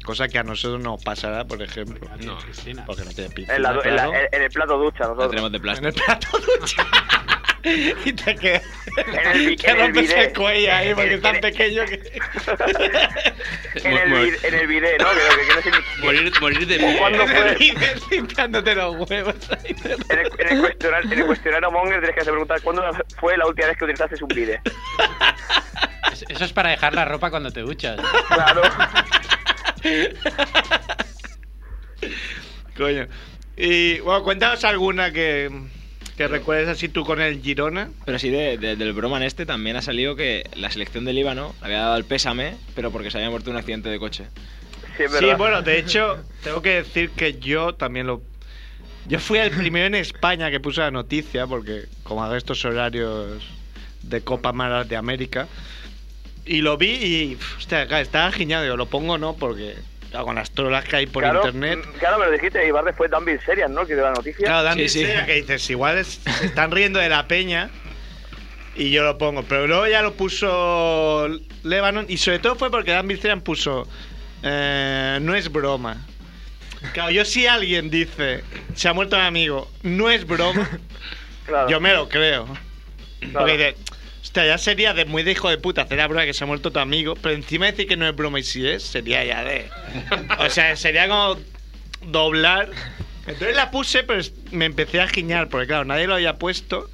[SPEAKER 4] Cosa que a nosotros nos pasará, por ejemplo.
[SPEAKER 8] Porque
[SPEAKER 1] No.
[SPEAKER 8] Cristina.
[SPEAKER 4] Porque no tiene piscina.
[SPEAKER 10] En, la- en la-
[SPEAKER 4] claro.
[SPEAKER 10] en el plato ducha,
[SPEAKER 3] La
[SPEAKER 10] nosotros.
[SPEAKER 3] tenemos de
[SPEAKER 4] En
[SPEAKER 3] plástico.
[SPEAKER 4] el plato ducha. y te quedas.
[SPEAKER 10] En el vi-
[SPEAKER 4] te
[SPEAKER 10] en el
[SPEAKER 4] rompes
[SPEAKER 10] bidet.
[SPEAKER 4] el cuello ahí porque
[SPEAKER 10] En-
[SPEAKER 4] es tan
[SPEAKER 10] en-
[SPEAKER 4] pequeño que.
[SPEAKER 10] en, el, vi- en el video, ¿no? Que lo que quiero decir-
[SPEAKER 1] Morir, morir de miedo.
[SPEAKER 10] ¿Cuándo fue?
[SPEAKER 4] Y despintándote los huevos ahí.
[SPEAKER 10] En el, en el cuestionario, en el cuestionario Monger tienes que hacer preguntar cuándo fue la última vez que utilizaste un bide.
[SPEAKER 8] Es- Eso es para dejar la ropa cuando te duchas.
[SPEAKER 10] Claro.
[SPEAKER 4] Coño. Y bueno, cuéntanos alguna que, que recuerdes así tú con el Girona.
[SPEAKER 3] Pero sí, de- de- del Broman este también ha salido que la selección de Líbano había dado el pésame, pero porque se había muerto en un accidente de coche.
[SPEAKER 10] Sí, es
[SPEAKER 4] Sí,
[SPEAKER 10] verdad.
[SPEAKER 4] bueno, de hecho, tengo que decir que yo también lo. Yo fui el primero en España que puso la noticia, porque como hago estos horarios de Copa Maras de América, y lo vi y. pf, Hostia, claro, estaba giñado, digo, lo pongo no, porque claro, con las trolas que hay por
[SPEAKER 10] claro,
[SPEAKER 4] internet.
[SPEAKER 10] mm, Claro, me lo dijiste, Ibar después Dan Bill Serias, ¿no? Que dio la noticia.
[SPEAKER 4] Claro, Dan
[SPEAKER 3] Sí, sí.
[SPEAKER 4] Vicera, que dices, igual es- se están riendo de la peña y yo lo pongo. Pero luego ya lo puso Lebanon y sobre todo fue porque Dan Bilzerian puso, eh, no es broma. Claro, yo si alguien dice, se ha muerto un amigo, no es broma,
[SPEAKER 10] Claro,
[SPEAKER 4] yo me lo creo.
[SPEAKER 10] claro.
[SPEAKER 4] Porque dice, hostia, ya sería de muy de hijo de puta hacer la broma que se ha muerto tu amigo, pero encima decir que no es broma y si es, sería ya de. O sea, sería como doblar. Entonces la puse, pero es- me empecé a giñar, porque claro, nadie lo había puesto.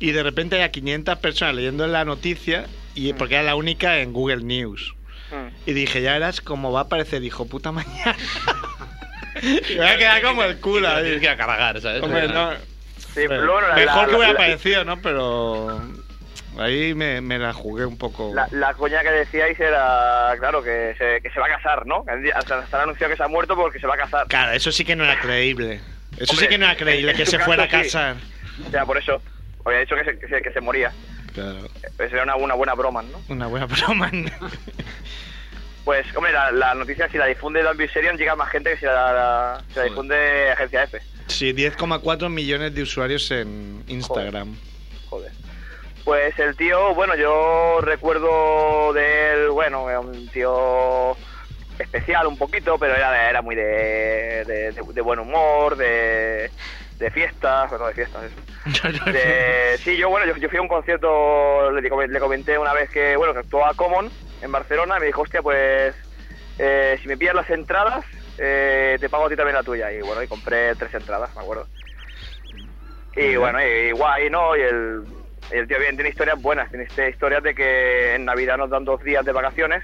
[SPEAKER 4] Y de repente había 500 personas leyendo la noticia, y porque era la única en Google News.
[SPEAKER 10] Mm.
[SPEAKER 4] Y dije, ya verás cómo va a aparecer, hijo puta mañana. Y me voy a quedar como el culo
[SPEAKER 1] Lo
[SPEAKER 4] ahí.
[SPEAKER 1] Tienes que cargar, ¿sabes?
[SPEAKER 4] Hombre, no,
[SPEAKER 10] Sí, pero bueno, la-
[SPEAKER 4] Mejor
[SPEAKER 10] la-
[SPEAKER 4] que hubiera
[SPEAKER 10] la-
[SPEAKER 4] parecido, ¿no? Pero ahí me, me la jugué un poco.
[SPEAKER 10] La, la coña que decíais era, claro, que se, que se va a casar, ¿no? Que han di- Hasta, hasta han anunciado que se ha muerto porque se va a casar.
[SPEAKER 4] Claro, eso sí que no era creíble. Eso
[SPEAKER 10] Hombre,
[SPEAKER 4] sí que no era creíble,
[SPEAKER 10] en-
[SPEAKER 4] que
[SPEAKER 10] en
[SPEAKER 4] se
[SPEAKER 10] su
[SPEAKER 4] fuera a
[SPEAKER 10] caso, sí.
[SPEAKER 4] casar.
[SPEAKER 10] O sea, por eso. Había dicho que se, que se, que se moría.
[SPEAKER 4] Claro.
[SPEAKER 10] Eso era una, una buena broma, ¿no?
[SPEAKER 4] Una buena broma. ¿no?
[SPEAKER 10] Pues, hombre, la, la noticia, si la difunde Dan Bilzerian, llega más gente que si la, la- si la difunde Agencia F.
[SPEAKER 4] Sí, 10,4 millones de usuarios en Instagram.
[SPEAKER 10] Joder. Pues el tío, bueno, yo recuerdo de él, bueno, era un tío especial un poquito, pero era, era muy de, de, de- de buen humor, de, de fiestas, bueno, de fiestas, eso. De- sí, yo, bueno, yo, yo fui a un concierto, le, digo- le comenté una vez que, bueno, que actuaba Common en Barcelona y me dijo, hostia, pues eh, si me pillas las entradas, eh, te pago a ti también la tuya. Y bueno, y compré tres entradas, me acuerdo. Y bueno, eh. y, y guay, ¿no? Y el, y el tío bien tiene historias buenas, tiene este- historias de que en Navidad nos dan dos días de vacaciones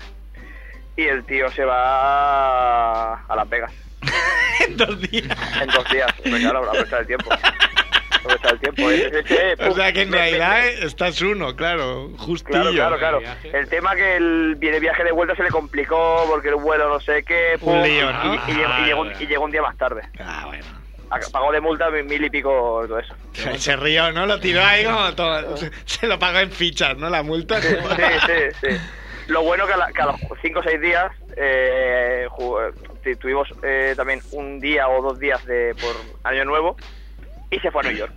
[SPEAKER 10] y el tío se va a Las Vegas
[SPEAKER 4] En dos días.
[SPEAKER 10] en dos días. Hombre, claro, aprovecha el tiempo. ¿Dónde está el tiempo? Es- es que,
[SPEAKER 4] O sea que en
[SPEAKER 10] Eh, me- me-
[SPEAKER 4] realidad estás uno, claro, justillo.
[SPEAKER 10] Claro, claro, claro. El tema que el vi- el viaje de vuelta se le complicó porque el vuelo no sé qué.
[SPEAKER 4] Un lío, ¿no?
[SPEAKER 10] y, y llegó- y llegó, un- y llegó un día más tarde.
[SPEAKER 4] Ah, bueno.
[SPEAKER 10] Ac- Pagó de multa mil mil y pico todo eso.
[SPEAKER 4] Se, se rió, ¿no? Lo tiró ahí como todo. Se, se lo pagó en fichas, ¿no? La multa.
[SPEAKER 10] Sí, sí, sí. Lo bueno que a, la- que a los 5 o 6 días eh, ju- eh, tu- tuvimos eh, también un día o dos días de por Año Nuevo y se fue a New York.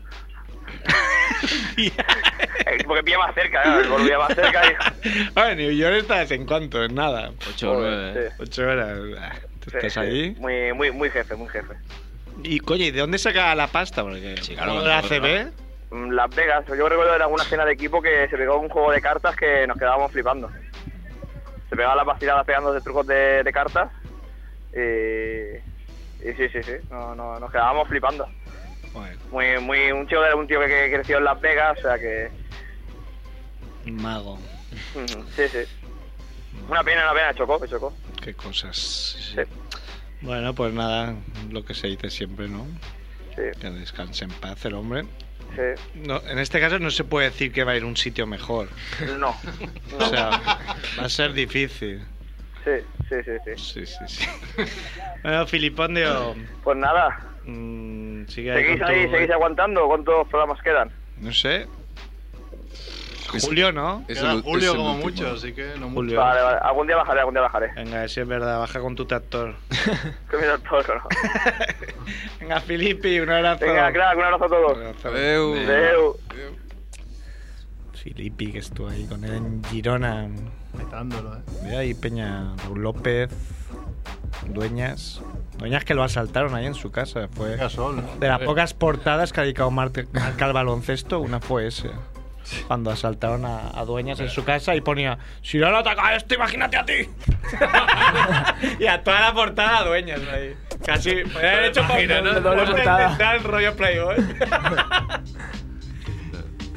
[SPEAKER 10] Eh, Porque pilla más cerca, ¿eh? volvía más cerca y
[SPEAKER 4] Oye, New York estás en cuánto, en nada.
[SPEAKER 3] Ocho
[SPEAKER 10] Joder, nueve, ¿eh? sí.
[SPEAKER 4] Ocho horas. Ah, ¿Tú estás ahí?
[SPEAKER 10] muy, muy, muy jefe, muy jefe.
[SPEAKER 4] Y coño, ¿y de dónde saca la pasta? Porque ¿cómo la ACB.
[SPEAKER 10] Mm, Las Vegas, yo recuerdo era una cena de equipo que se pegó un juego de cartas que nos quedábamos flipando. Se pegaba las vaciladas pegándose trucos de, de cartas. eh, Y, sí, sí, sí, no, no, nos quedábamos flipando. Muy, muy, un chico era un tío que, que creció en Las Vegas, o sea que.
[SPEAKER 4] Mago.
[SPEAKER 10] ujú, Sí, sí. Una pena, una pena, chocó, chocó.
[SPEAKER 4] Qué cosas. Bueno, pues nada, lo que se dice siempre, ¿no?
[SPEAKER 10] Sí.
[SPEAKER 4] Que descanse en paz el hombre.
[SPEAKER 10] Sí.
[SPEAKER 4] No, en este caso no se puede decir que va a ir a un sitio mejor.
[SPEAKER 10] No.
[SPEAKER 4] O sea, va a ser difícil.
[SPEAKER 10] Sí, sí, sí,
[SPEAKER 4] Sí,
[SPEAKER 10] sí.
[SPEAKER 4] sí, sí. Bueno, Filipondio,
[SPEAKER 10] Pues nada,
[SPEAKER 4] mm, sigue ahí
[SPEAKER 10] seguís
[SPEAKER 4] con eh. tu-
[SPEAKER 10] ahí, seguís aguantando. ¿Cuántos programas quedan?
[SPEAKER 4] No sé. Julio, ¿no?
[SPEAKER 7] Es Queda el- Julio es el como último. mucho, así que no mucho.
[SPEAKER 10] Vale, vale, algún día bajaré, algún día bajaré.
[SPEAKER 4] Venga, si es verdad, baja con tu tractor.
[SPEAKER 10] Que mira el toro, ¿no?
[SPEAKER 4] Venga, Filipi, un abrazo.
[SPEAKER 10] Venga, crack, un abrazo a todos.
[SPEAKER 4] Adeu.
[SPEAKER 10] Adeu.
[SPEAKER 4] Filipi, que estuvo ahí con él en Girona.
[SPEAKER 7] Petándolo, ¿eh?
[SPEAKER 4] Mira ahí Peña, Raúl López, Dueñas. Dueñas que lo asaltaron ahí en su casa. Fue
[SPEAKER 7] Gasol, ¿no?
[SPEAKER 4] de las pocas portadas que ha dedicado Marte- Marca al baloncesto, una fue ese. Cuando asaltaron a, a Dueñas en su casa y ponía: Si no lo ataca esto, imagínate a ti. y a toda la portada, Dueñas ahí. Casi, podría haber hecho
[SPEAKER 1] Imagina, ¿no? Doble
[SPEAKER 4] Ponte
[SPEAKER 1] portada.
[SPEAKER 4] intentar el rollo Playboy.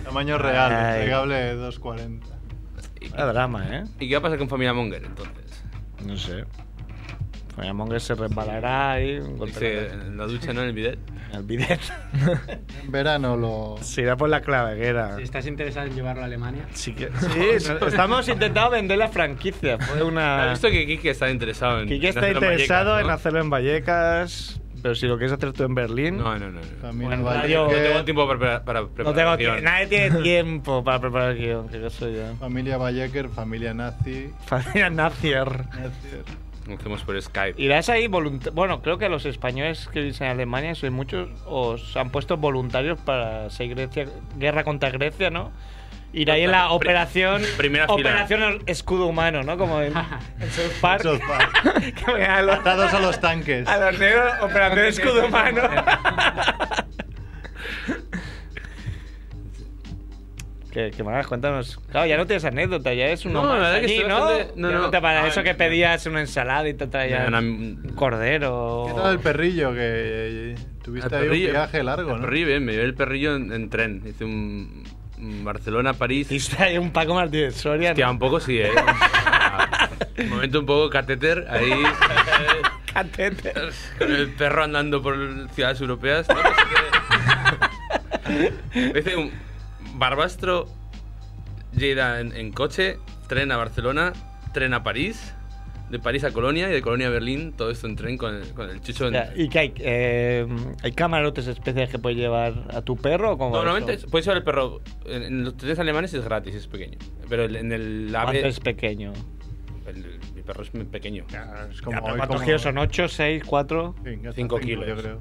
[SPEAKER 7] Tamaño real,
[SPEAKER 4] Ay.
[SPEAKER 7] entregable 240.
[SPEAKER 4] Era drama, ¿eh?
[SPEAKER 1] ¿Y qué va a pasar con Familia Monger entonces?
[SPEAKER 4] No sé. Vaya Monger se resbalará ahí.
[SPEAKER 1] Dice, en la ducha, ¿no? En el bidet.
[SPEAKER 4] El bidet.
[SPEAKER 7] En verano lo.
[SPEAKER 4] Se irá por la claveguera.
[SPEAKER 8] Si estás interesado en llevarlo a Alemania.
[SPEAKER 4] Sí, que- sí, no- estamos intentando vender la franquicia. Fue
[SPEAKER 1] ¿Has
[SPEAKER 4] una.
[SPEAKER 1] visto que Kike está interesado en.
[SPEAKER 4] Kike está
[SPEAKER 1] en hacerlo en
[SPEAKER 4] interesado en
[SPEAKER 1] Vallecas,
[SPEAKER 4] hacerlo en Vallecas, pero si lo quieres hacer tú en Berlín.
[SPEAKER 1] No, no, no. no, no.
[SPEAKER 7] También
[SPEAKER 4] Bueno,
[SPEAKER 7] vale
[SPEAKER 4] radio-
[SPEAKER 1] No
[SPEAKER 7] que-
[SPEAKER 1] tengo tiempo para, preparar- para
[SPEAKER 4] No
[SPEAKER 1] preparar.
[SPEAKER 4] tengo tie- Nadie tiene tiempo para preparar el guión, que yo soy yo.
[SPEAKER 7] Familia Vallecker, familia nazi.
[SPEAKER 4] Familia Nazier.
[SPEAKER 7] nazi.
[SPEAKER 1] Lo hacemos por Skype.
[SPEAKER 4] Irás ahí voluntario. Bueno, creo que los españoles que viven en Alemania, soy muchos, os han puesto voluntarios para esa Grecia- guerra contra Grecia, ¿no? Ir ahí en la
[SPEAKER 1] Pri-
[SPEAKER 4] operación.
[SPEAKER 1] primera fila.
[SPEAKER 4] Operación escudo humano, ¿no? Como en, en South Park.
[SPEAKER 7] South Park.
[SPEAKER 4] Que me da lo-
[SPEAKER 7] Atados a los tanques.
[SPEAKER 4] A los negros, operación escudo humano. Que, que más, cuéntanos. Claro, ya no tienes anécdota, ya es un
[SPEAKER 1] No, la
[SPEAKER 4] más
[SPEAKER 1] verdad que
[SPEAKER 4] allí,
[SPEAKER 1] estoy
[SPEAKER 4] ¿no?
[SPEAKER 1] bastante- no,
[SPEAKER 4] Ya
[SPEAKER 1] no.
[SPEAKER 4] te- para
[SPEAKER 1] Ay,
[SPEAKER 4] eso que
[SPEAKER 1] no.
[SPEAKER 4] pedías una ensalada y te traían
[SPEAKER 1] Una- Oh.
[SPEAKER 4] un cordero.
[SPEAKER 7] ¿Qué tal el perrillo? Que eh, tuviste
[SPEAKER 1] Al
[SPEAKER 7] ahí
[SPEAKER 1] perrillo.
[SPEAKER 7] un viaje largo,
[SPEAKER 1] El
[SPEAKER 7] ¿no?
[SPEAKER 1] perrillo, eh, me llevé el perrillo en, en tren. Hice un, un Barcelona-París.
[SPEAKER 4] Hiciste ahí un Paco Martínez Soria.
[SPEAKER 1] Hostia,
[SPEAKER 4] ¿no?
[SPEAKER 1] un poco sí, eh. Un momento un poco catéter, ahí eh,
[SPEAKER 4] Catete.
[SPEAKER 1] con el perro andando por ciudades europeas. ¿no? Así que- Me Hice un barbastro, llega en, en coche, tren a Barcelona, tren a París, de París a Colonia y de Colonia a Berlín, todo esto en tren con el, con el chucho. En,
[SPEAKER 4] Ya, ¿Y qué hay? Eh, ¿Hay camarotes especiales que puedes llevar a tu perro? o cómo va
[SPEAKER 1] Normalmente
[SPEAKER 4] eso?
[SPEAKER 1] puedes llevar el perro. En, en los trenes alemanes es gratis, es pequeño. Pero el- en el
[SPEAKER 4] ¿Cuánto
[SPEAKER 1] AVE.
[SPEAKER 4] es pequeño?
[SPEAKER 1] el- mi perro es muy pequeño.
[SPEAKER 7] Es
[SPEAKER 4] Ya,
[SPEAKER 7] como
[SPEAKER 4] pero
[SPEAKER 7] hoy,
[SPEAKER 4] ¿Cuántos
[SPEAKER 7] como-
[SPEAKER 4] kilos son? ¿8, 6, 4?
[SPEAKER 7] Sí, hasta
[SPEAKER 1] Cinco
[SPEAKER 7] cinco
[SPEAKER 1] kilos.
[SPEAKER 7] Yo creo.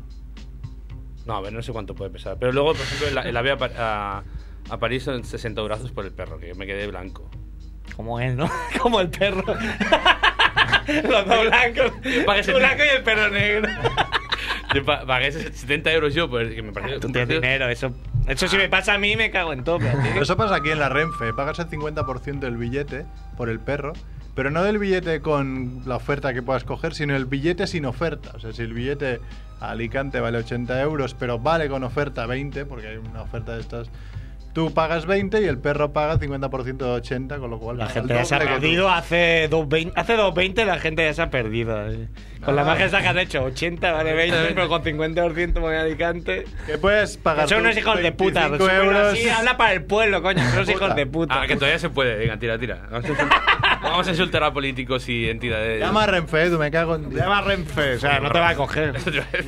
[SPEAKER 1] No, a ver, no sé cuánto puede pesar. Pero luego, por ejemplo, el, el AVE a, Pa- a- a París son 60 brazos por el perro, que yo me quedé blanco.
[SPEAKER 4] Como él, ¿no? Como el perro. Los dos blancos.
[SPEAKER 1] pagues
[SPEAKER 4] El
[SPEAKER 1] el-
[SPEAKER 4] blanco y el perro negro.
[SPEAKER 1] Yo pa- pagué esos 70 euros yo, pues, que me pareció.
[SPEAKER 4] Tú
[SPEAKER 1] un
[SPEAKER 4] tienes
[SPEAKER 1] precio-
[SPEAKER 4] dinero, eso. Eso si me pasa a mí me cago en todo. pero a ti-
[SPEAKER 7] Pero eso pasa aquí en la Renfe. Pagas el 50% del billete por el perro, pero no del billete con la oferta que puedas coger, sino el billete sin oferta. O sea, si el billete a Alicante vale 80 euros, pero vale con oferta 20, porque hay una oferta de estas, Tú pagas 20 y el perro paga 50% de 80, con lo cual.
[SPEAKER 4] La gente ya se ha perdido hace 2.20. Hace 2.20 la gente ya se ha perdido. eh. Con la
[SPEAKER 7] Ah.
[SPEAKER 4] magia esa que has hecho, 80 vale 20, pero con 50% voy a Alicante.
[SPEAKER 7] Que puedes pagar
[SPEAKER 4] Son
[SPEAKER 7] tú
[SPEAKER 4] unos hijos de puta.
[SPEAKER 7] 25
[SPEAKER 4] resumen
[SPEAKER 7] euros.
[SPEAKER 4] así, habla para el pueblo, coño. Son unos hijos de puta.
[SPEAKER 1] Ah, que todavía se puede. Venga, tira, tira. Vamos a insultar, vamos a, insultar a políticos y entidades.
[SPEAKER 7] Llama a Renfe, tú me cago en. ti.
[SPEAKER 4] Llama a Renfe, o sea, no te va a coger.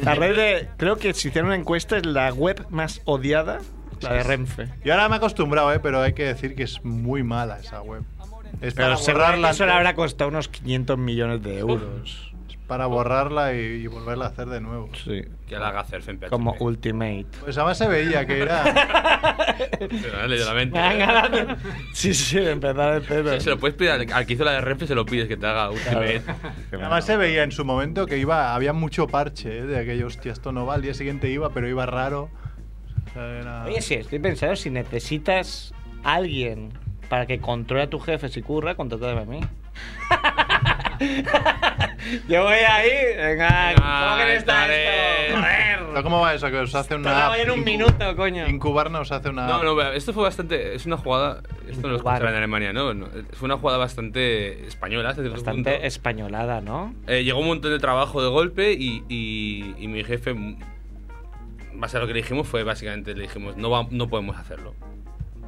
[SPEAKER 4] La red de. Creo que si hicieron una encuesta es la web más odiada, la de Renfe.
[SPEAKER 7] Yo ahora me he acostumbrado, ¿eh? pero hay que decir que es muy mala esa web. Es para
[SPEAKER 4] Pero
[SPEAKER 7] borrarla.
[SPEAKER 4] cerrarla. Eso le habrá costado unos 500 millones de euros.
[SPEAKER 7] Es para borrarla y, y volverla a hacer de nuevo.
[SPEAKER 4] Sí.
[SPEAKER 1] Que la haga hacer en PHP.
[SPEAKER 4] Como Ultimate.
[SPEAKER 7] Pues además se veía que era.
[SPEAKER 1] Dale, yo la mente.
[SPEAKER 4] Me dan ganas de- Sí, sí, de empezar de cero.
[SPEAKER 1] Se- Se lo puedes pedir al, al que hizo la de Renfe, se lo pides que te haga ultimate.
[SPEAKER 7] Además se veía en su momento que iba, había mucho parche ¿eh? de aquello, hostia, esto no va. Al día siguiente iba, pero iba raro. O sea, era-
[SPEAKER 4] Oye, sí, estoy pensando si necesitas alguien para que controle a tu jefe si curra, contrátame a mí. Yo voy ahí, eh, venga, ¿cómo que no está
[SPEAKER 1] estaré.
[SPEAKER 4] esto? Joder.
[SPEAKER 7] Pero ¿Cómo va eso? Que os hace
[SPEAKER 4] Todo
[SPEAKER 7] una.
[SPEAKER 4] va
[SPEAKER 7] app,
[SPEAKER 4] en un
[SPEAKER 7] incu-
[SPEAKER 4] minuto, coño.
[SPEAKER 7] Incubar nos hace una.
[SPEAKER 1] No,
[SPEAKER 7] app.
[SPEAKER 1] no, pero esto fue bastante. Es una jugada. Esto no lo escucharán en Alemania, ¿no? No, Fue una jugada bastante española. hasta cierto punto.
[SPEAKER 4] Bastante españolada, ¿no?
[SPEAKER 1] Eh, llegó un montón de trabajo de golpe y, y- y mi jefe, mm, base a lo que le dijimos, fue básicamente le dijimos, no, va- no podemos hacerlo.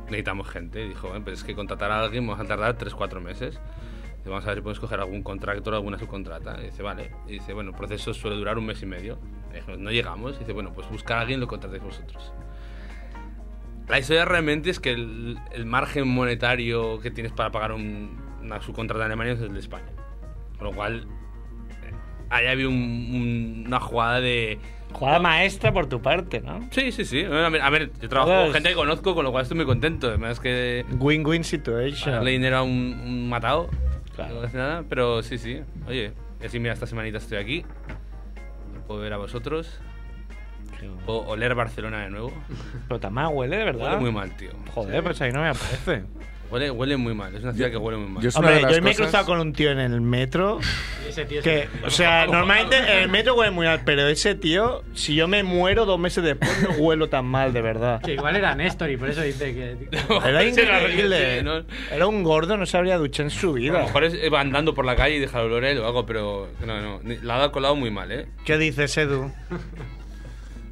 [SPEAKER 1] Necesitamos gente. Y dijo, "Bueno, pues es que contratar a alguien vamos a tardar 3-4 meses. Dice, vamos a ver si podemos coger algún contractor o alguna subcontrata. Y dice, vale. Y dice, bueno, el proceso suele durar un mes y medio. Le dijimos, no llegamos. Y dice, bueno, pues buscar a alguien y lo contratéis vosotros. La historia realmente es que el, el margen monetario que tienes para pagar un- una subcontrata en Alemania es el de España. Con lo cual, ahí había un- un- una jugada de...
[SPEAKER 4] Jugada maestra por tu parte, ¿no?
[SPEAKER 1] Sí, sí, sí. A ver, a ver, yo trabajo
[SPEAKER 4] Joder.
[SPEAKER 1] con gente que conozco, con lo cual estoy muy contento. Además que
[SPEAKER 4] Win-win situation.
[SPEAKER 1] Lane era un, un matado. No hace nada, pero sí, sí. Oye, y así mira, esta semanita estoy aquí. Puedo ver a vosotros. Puedo oler Barcelona de nuevo.
[SPEAKER 4] Pero tamás huele, ¿eh? de verdad.
[SPEAKER 1] Huele muy mal, tío.
[SPEAKER 4] Joder, pues ahí no me aparece.
[SPEAKER 1] Huele, huele muy mal. Es una ciudad que huele muy mal.
[SPEAKER 5] yo es
[SPEAKER 4] Hombre,
[SPEAKER 5] una de
[SPEAKER 4] yo
[SPEAKER 5] las
[SPEAKER 4] me he
[SPEAKER 5] cosas-
[SPEAKER 4] cruzado con un tío en el metro.
[SPEAKER 8] Ese tío es
[SPEAKER 4] Que, o sea, normalmente en el metro huele muy mal, pero ese tío, si yo me muero dos meses después, no huelo tan mal, de verdad.
[SPEAKER 8] Que igual era Néstor y por eso dice que.
[SPEAKER 4] Era
[SPEAKER 1] Sí, la verdad
[SPEAKER 4] increíble.
[SPEAKER 1] que sí, ¿no?
[SPEAKER 4] Era un gordo, no se habría duchado en su
[SPEAKER 1] A lo
[SPEAKER 4] vida.
[SPEAKER 1] mejor es- eh, va andando por la calle y deja el olor él o algo, pero no, no. Ni- La ha colado muy mal, ¿eh?
[SPEAKER 4] ¿Qué dices, Edu?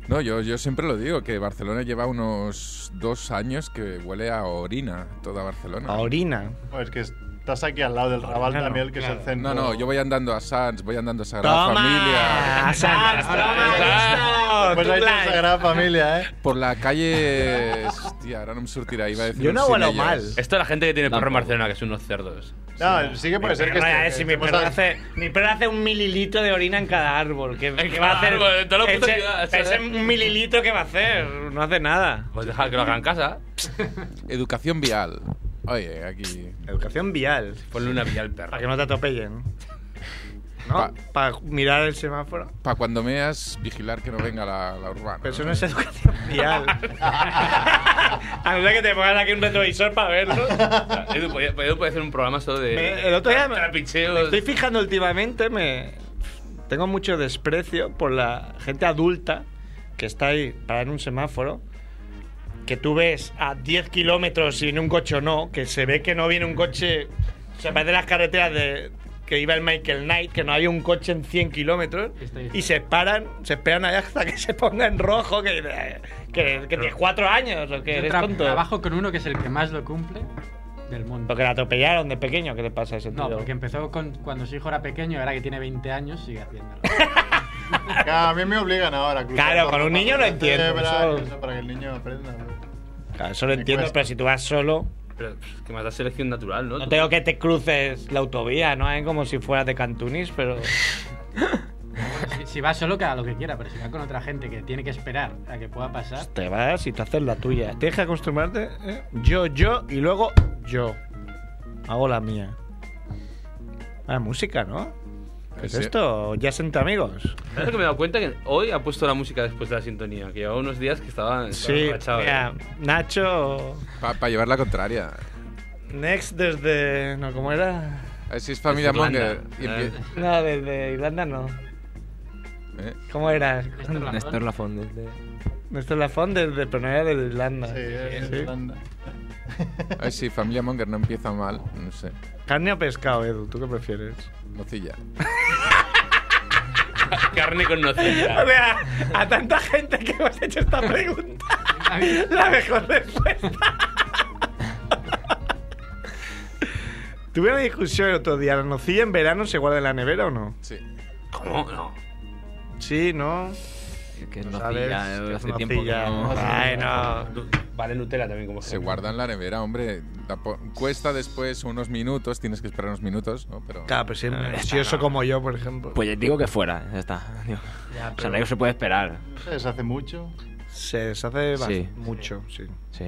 [SPEAKER 5] No, yo, yo siempre lo digo, que Barcelona lleva unos dos años que huele a orina toda Barcelona.
[SPEAKER 4] A orina.
[SPEAKER 7] Pues que estás aquí al lado del Raval
[SPEAKER 4] Claro,
[SPEAKER 7] Daniel, que es el
[SPEAKER 5] No,
[SPEAKER 7] centro.
[SPEAKER 5] no, yo voy andando a Sants, voy andando a Sagrada Familia.
[SPEAKER 4] ¡Toma! ¡Sans, toma!
[SPEAKER 7] Pues ahí
[SPEAKER 4] listo! Tú,
[SPEAKER 7] está la
[SPEAKER 4] like.
[SPEAKER 7] Sagrada Familia, ¿eh?
[SPEAKER 5] Por la calle. Hostia, ahora no me surtirá, iba a decir.
[SPEAKER 4] Yo no
[SPEAKER 5] sin
[SPEAKER 4] huelo
[SPEAKER 5] ellos.
[SPEAKER 4] mal.
[SPEAKER 1] Esto es la gente que tiene perro en Barcelona, que son unos cerdos.
[SPEAKER 7] No, sí que puede ser que.
[SPEAKER 4] Perra,
[SPEAKER 7] esté-
[SPEAKER 4] eh, si mi
[SPEAKER 7] estemos
[SPEAKER 4] perro,
[SPEAKER 7] a-
[SPEAKER 4] hace, mi perro hace un mililitro de orina en cada árbol. ¿Qué, qué va a
[SPEAKER 1] cada
[SPEAKER 4] hacer?
[SPEAKER 1] árbol, en toda la puta
[SPEAKER 4] Ese-
[SPEAKER 1] ciudad, ¿sabes?
[SPEAKER 4] ese un mililitro que va a hacer. Eh, No hace nada.
[SPEAKER 1] Pues dejar que lo hagan en casa.
[SPEAKER 5] Educación vial. Oye, aquí.
[SPEAKER 4] Educación vial.
[SPEAKER 1] Ponle una vía al perro.
[SPEAKER 4] Para que no te atropellen. ¿No?
[SPEAKER 5] Pa-
[SPEAKER 4] Para mirar el semáforo.
[SPEAKER 5] Para cuando meas, vigilar que no venga la, la urbana.
[SPEAKER 4] Pero eso no es educación vial. a no ser que te pongan aquí un retrovisor para verlo.
[SPEAKER 1] Edu, podía- Edu puede hacer un programa solo de.
[SPEAKER 4] Me- el otro día me-
[SPEAKER 1] trapicheos.
[SPEAKER 4] me estoy fijando últimamente, me tengo mucho desprecio por la gente adulta que está ahí parada en un semáforo, que tú ves a 10 kilómetros y viene un coche o no, que se ve que no viene un coche, se parece las carreteras de que iba el Michael Knight, que no había un coche en 100 kilómetros,
[SPEAKER 8] Está ahí.
[SPEAKER 4] y se paran, se esperan ahí hasta que se ponga en rojo, que, que, que tienes cuatro años o que
[SPEAKER 8] Yo
[SPEAKER 4] eres
[SPEAKER 8] tra-
[SPEAKER 4] tonto.
[SPEAKER 8] Trabajo con uno que es el que más lo cumple del mundo.
[SPEAKER 4] Porque la atropellaron de pequeño, ¿qué le pasa a ese
[SPEAKER 8] No,
[SPEAKER 4] tío?
[SPEAKER 8] porque empezó con, cuando su hijo era pequeño, ahora que tiene 20 años sigue haciéndolo.
[SPEAKER 7] Claro, a mí me obligan ahora. a cruzar
[SPEAKER 4] Claro,
[SPEAKER 7] por
[SPEAKER 4] con un
[SPEAKER 7] la
[SPEAKER 4] niño lo
[SPEAKER 7] parte
[SPEAKER 4] entiendo,
[SPEAKER 7] cerebral,
[SPEAKER 4] eso-
[SPEAKER 7] eso Para que el niño aprenda. ¿no?
[SPEAKER 4] Claro, eso lo
[SPEAKER 7] Me
[SPEAKER 4] entiendo,
[SPEAKER 7] cuesta.
[SPEAKER 4] pero si tú vas solo,
[SPEAKER 1] Pero pff, que más da selección natural, ¿no?
[SPEAKER 4] no tengo que te cruces la autovía, ¿no? Es como si fueras de Cantunis, pero.
[SPEAKER 8] Si, si va solo, que haga lo que quiera, pero si va con otra gente que tiene que esperar a que pueda pasar.
[SPEAKER 4] Te vas y te haces la tuya. Tienes que acostumbrarte, ¿eh? Yo, yo y luego yo. Hago la mía. Ah, música, ¿no? ¿Qué es
[SPEAKER 5] Sí.
[SPEAKER 4] esto? ¿Ya entre amigos?
[SPEAKER 1] ¿Sabes lo que me he dado cuenta? Que hoy ha puesto la música después de la sintonía. Que llevaba unos días que estaba. estaba
[SPEAKER 4] Sí.
[SPEAKER 1] emborrachado, ¿eh?
[SPEAKER 4] mira, Nacho.
[SPEAKER 5] Para Ah, llevar la contraria.
[SPEAKER 4] Next desde. ¿No? ¿Cómo era?
[SPEAKER 5] A ver si Eh, es familia
[SPEAKER 1] Es Irlanda,
[SPEAKER 5] Monger. Y
[SPEAKER 1] ¿eh?
[SPEAKER 5] empie-
[SPEAKER 4] No, desde Irlanda no.
[SPEAKER 5] ¿eh?
[SPEAKER 4] ¿Cómo era?
[SPEAKER 8] Esto es la-
[SPEAKER 11] Néstor Lafond. desde-
[SPEAKER 4] Néstor Lafón de, de, pero no era de Irlanda. Sí,
[SPEAKER 7] era de Irlanda.
[SPEAKER 5] Ay, sí, familia Monger no empieza mal, no sé.
[SPEAKER 4] ¿Carne o pescado, Edu? ¿Tú qué prefieres?
[SPEAKER 5] Nocilla.
[SPEAKER 1] Carne con
[SPEAKER 4] O
[SPEAKER 1] nocilla.
[SPEAKER 4] sea, a tanta gente que hemos hecho esta pregunta, la mejor respuesta. Tuve una discusión el otro día. ¿La nocilla en verano se guarda en la nevera o no?
[SPEAKER 5] Sí.
[SPEAKER 1] ¿Cómo? No.
[SPEAKER 4] Sí, ¿no?
[SPEAKER 2] Que
[SPEAKER 4] No
[SPEAKER 2] no
[SPEAKER 4] sabes,
[SPEAKER 2] fila,
[SPEAKER 4] que es
[SPEAKER 2] eh, hace
[SPEAKER 4] una
[SPEAKER 2] tiempo que
[SPEAKER 4] fila.
[SPEAKER 2] no-
[SPEAKER 4] Ay, no.
[SPEAKER 1] Vale, Nutella también como
[SPEAKER 5] Se guarda en la nevera, hombre. La po- cuesta después unos minutos, tienes que esperar unos minutos, ¿no? Pero
[SPEAKER 4] Ah, Claro, pero si es ansioso como yo, por ejemplo.
[SPEAKER 2] Pues digo que fuera, ya está. Digo, O sea, no se puede esperar.
[SPEAKER 7] Se deshace mucho.
[SPEAKER 4] Se deshace bas-
[SPEAKER 2] Sí.
[SPEAKER 4] mucho, sí.
[SPEAKER 2] Sí.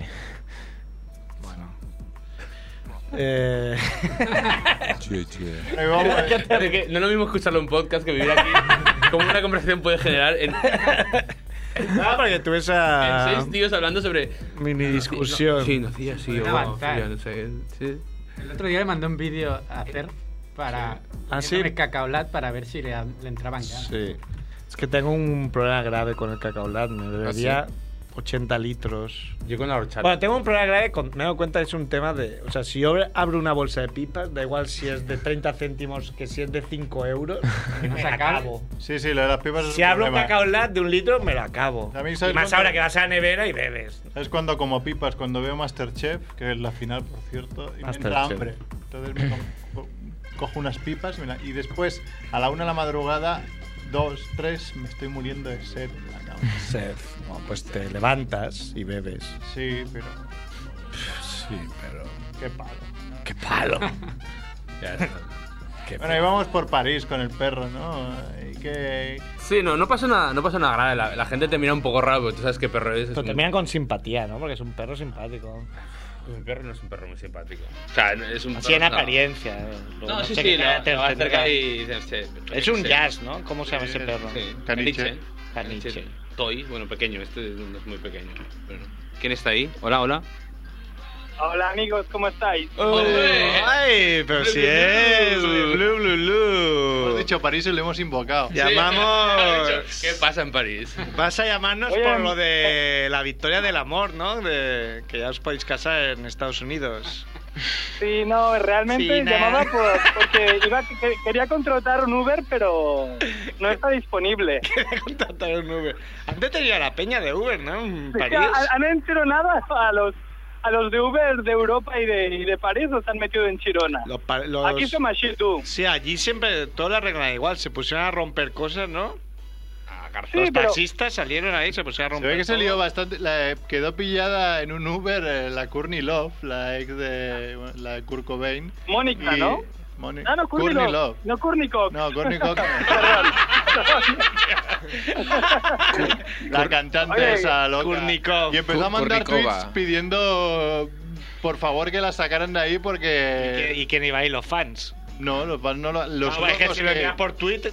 [SPEAKER 4] Eh,
[SPEAKER 5] Che, che.
[SPEAKER 7] Ahí vamos, eh.
[SPEAKER 1] Es que no es lo mismo escucharlo en podcast que vivir aquí. Cómo una conversación puede generar en, en
[SPEAKER 4] ah, porque tuve esa
[SPEAKER 1] seis tíos hablando sobre.
[SPEAKER 4] mini discusión.
[SPEAKER 1] Sí, nocilla, sí,
[SPEAKER 8] Pueden
[SPEAKER 1] o bueno,
[SPEAKER 8] avanzar.
[SPEAKER 1] fría, no sé. Sí.
[SPEAKER 8] El otro día le mandó un vídeo a hacer para
[SPEAKER 4] Ah, sí.
[SPEAKER 8] haciéndome cacaolat para ver si le, le entraban ganas.
[SPEAKER 4] Sí. Es que tengo un problema grave con el cacaolat.
[SPEAKER 1] ¿Ah,
[SPEAKER 4] Me debería 80 litros.
[SPEAKER 1] Pues, Yo con la horchata.
[SPEAKER 4] Bueno, tengo un problema grave. Con, me he dado cuenta, es un tema de. O sea, si yo abro una bolsa de pipas, da igual si es de 30 céntimos que si es de 5 euros,
[SPEAKER 8] Que no
[SPEAKER 4] me
[SPEAKER 8] se
[SPEAKER 4] la
[SPEAKER 8] acabe.
[SPEAKER 4] acabo.
[SPEAKER 7] Sí, sí, lo de las pipas es
[SPEAKER 4] Si
[SPEAKER 7] un
[SPEAKER 4] abro un
[SPEAKER 7] problema. ¿eh?
[SPEAKER 4] cacaolat de un litro, me lo acabo.
[SPEAKER 7] A mí,
[SPEAKER 4] Y
[SPEAKER 7] ¿sabes
[SPEAKER 4] más
[SPEAKER 7] cuánto-
[SPEAKER 4] ahora que vas a la nevera y bebes.
[SPEAKER 7] Es cuando como pipas, cuando veo Masterchef, que es la final, por cierto, y me entra
[SPEAKER 4] Masterchef.
[SPEAKER 7] hambre. Entonces me co- cojo unas pipas me la- y después, a la una de la madrugada, dos, tres, me estoy muriendo de sed en la cama.
[SPEAKER 4] pues te levantas y bebes.
[SPEAKER 7] Sí, pero
[SPEAKER 4] Sí, pero.
[SPEAKER 7] qué palo.
[SPEAKER 4] ¡Qué palo! Qué
[SPEAKER 7] Bueno, íbamos por París con el perro, ¿no? Y que...
[SPEAKER 1] Sí, no, no pasa nada, no pasa nada grave. La, la gente te mira un poco raro, porque tú sabes que perro es. es
[SPEAKER 4] Pero
[SPEAKER 1] un-
[SPEAKER 4] te miran con simpatía, ¿no? Porque es un perro simpático.
[SPEAKER 1] Mi perro no es un perro muy simpático. O sea, es un
[SPEAKER 4] Así en
[SPEAKER 1] perro- no.
[SPEAKER 4] apariencia. eh.
[SPEAKER 1] No,
[SPEAKER 4] Luego
[SPEAKER 1] sí,
[SPEAKER 4] sé
[SPEAKER 1] sí,
[SPEAKER 4] qué
[SPEAKER 1] lo,
[SPEAKER 4] carácter
[SPEAKER 1] lo vas cerca
[SPEAKER 4] tendrá.
[SPEAKER 1] y... sí, sí,
[SPEAKER 4] Es
[SPEAKER 1] yo
[SPEAKER 4] un
[SPEAKER 1] qué sé.
[SPEAKER 4] jazz, ¿no? ¿Cómo se llama ese perro?
[SPEAKER 1] Sí.
[SPEAKER 7] Caniche.
[SPEAKER 4] Caniche.
[SPEAKER 1] Toy, bueno, pequeño, este no es muy pequeño. pero no. ¿Quién está ahí? Hola, hola.
[SPEAKER 6] Hola amigos, ¿cómo estáis?
[SPEAKER 1] ¡Hombre!
[SPEAKER 4] ¡Ay! Pero si es. Blue, blue,
[SPEAKER 7] Hemos
[SPEAKER 4] blue.
[SPEAKER 7] dicho París y lo hemos invocado.
[SPEAKER 4] Llamamos.
[SPEAKER 1] ¿Qué pasa en París?
[SPEAKER 4] Vas a llamarnos
[SPEAKER 6] Oye,
[SPEAKER 4] por lo de la victoria del amor, ¿no? De que ya os podéis casar en Estados Unidos.
[SPEAKER 6] Sí, no, realmente
[SPEAKER 4] Sí, nada.
[SPEAKER 6] llamaba por, porque iba, que- quería contratar un Uber, pero no está disponible.
[SPEAKER 4] Contratar un Uber. Antes tenía la peña de Uber, ¿no? En
[SPEAKER 6] Es que
[SPEAKER 4] París.
[SPEAKER 6] han- han entrenado a los, a los de Uber de Europa y de, y de París, los han metido en Chirona.
[SPEAKER 4] Los pa- los-
[SPEAKER 6] Aquí se machine tú.
[SPEAKER 4] Sí, allí siempre toda la regla igual. Se pusieron a romper cosas, ¿no?
[SPEAKER 6] Sí,
[SPEAKER 4] Los
[SPEAKER 6] pero
[SPEAKER 4] taxistas salieron ahí, se pusieron a
[SPEAKER 7] Se
[SPEAKER 4] romper.
[SPEAKER 7] ve que se
[SPEAKER 4] todo.
[SPEAKER 7] lió bastante. la- quedó pillada en un Uber eh, la Courtney Love, la ex de bueno, la de Kurt Cobain.
[SPEAKER 6] Mónica,
[SPEAKER 7] y-
[SPEAKER 6] ¿no?
[SPEAKER 7] Moni-
[SPEAKER 6] Ah, no,
[SPEAKER 7] Courtney
[SPEAKER 6] Kurnikov.
[SPEAKER 7] Love.
[SPEAKER 6] No, Kurnikov.
[SPEAKER 7] No, Courtney Cox.
[SPEAKER 6] Perdón.
[SPEAKER 7] la cantante
[SPEAKER 6] Oye,
[SPEAKER 7] esa loca.
[SPEAKER 4] Kurnikov.
[SPEAKER 7] Y empezó a mandar
[SPEAKER 5] Kurnikova.
[SPEAKER 7] tweets pidiendo por favor que la sacaran de ahí
[SPEAKER 4] ¿Y
[SPEAKER 7] porque
[SPEAKER 4] qué- ¿Y quién iba ahí? Los fans.
[SPEAKER 7] no los van no lo- los
[SPEAKER 4] Ah, bueno, es que
[SPEAKER 7] locos
[SPEAKER 4] si lo
[SPEAKER 7] que-
[SPEAKER 4] envías por Twitter,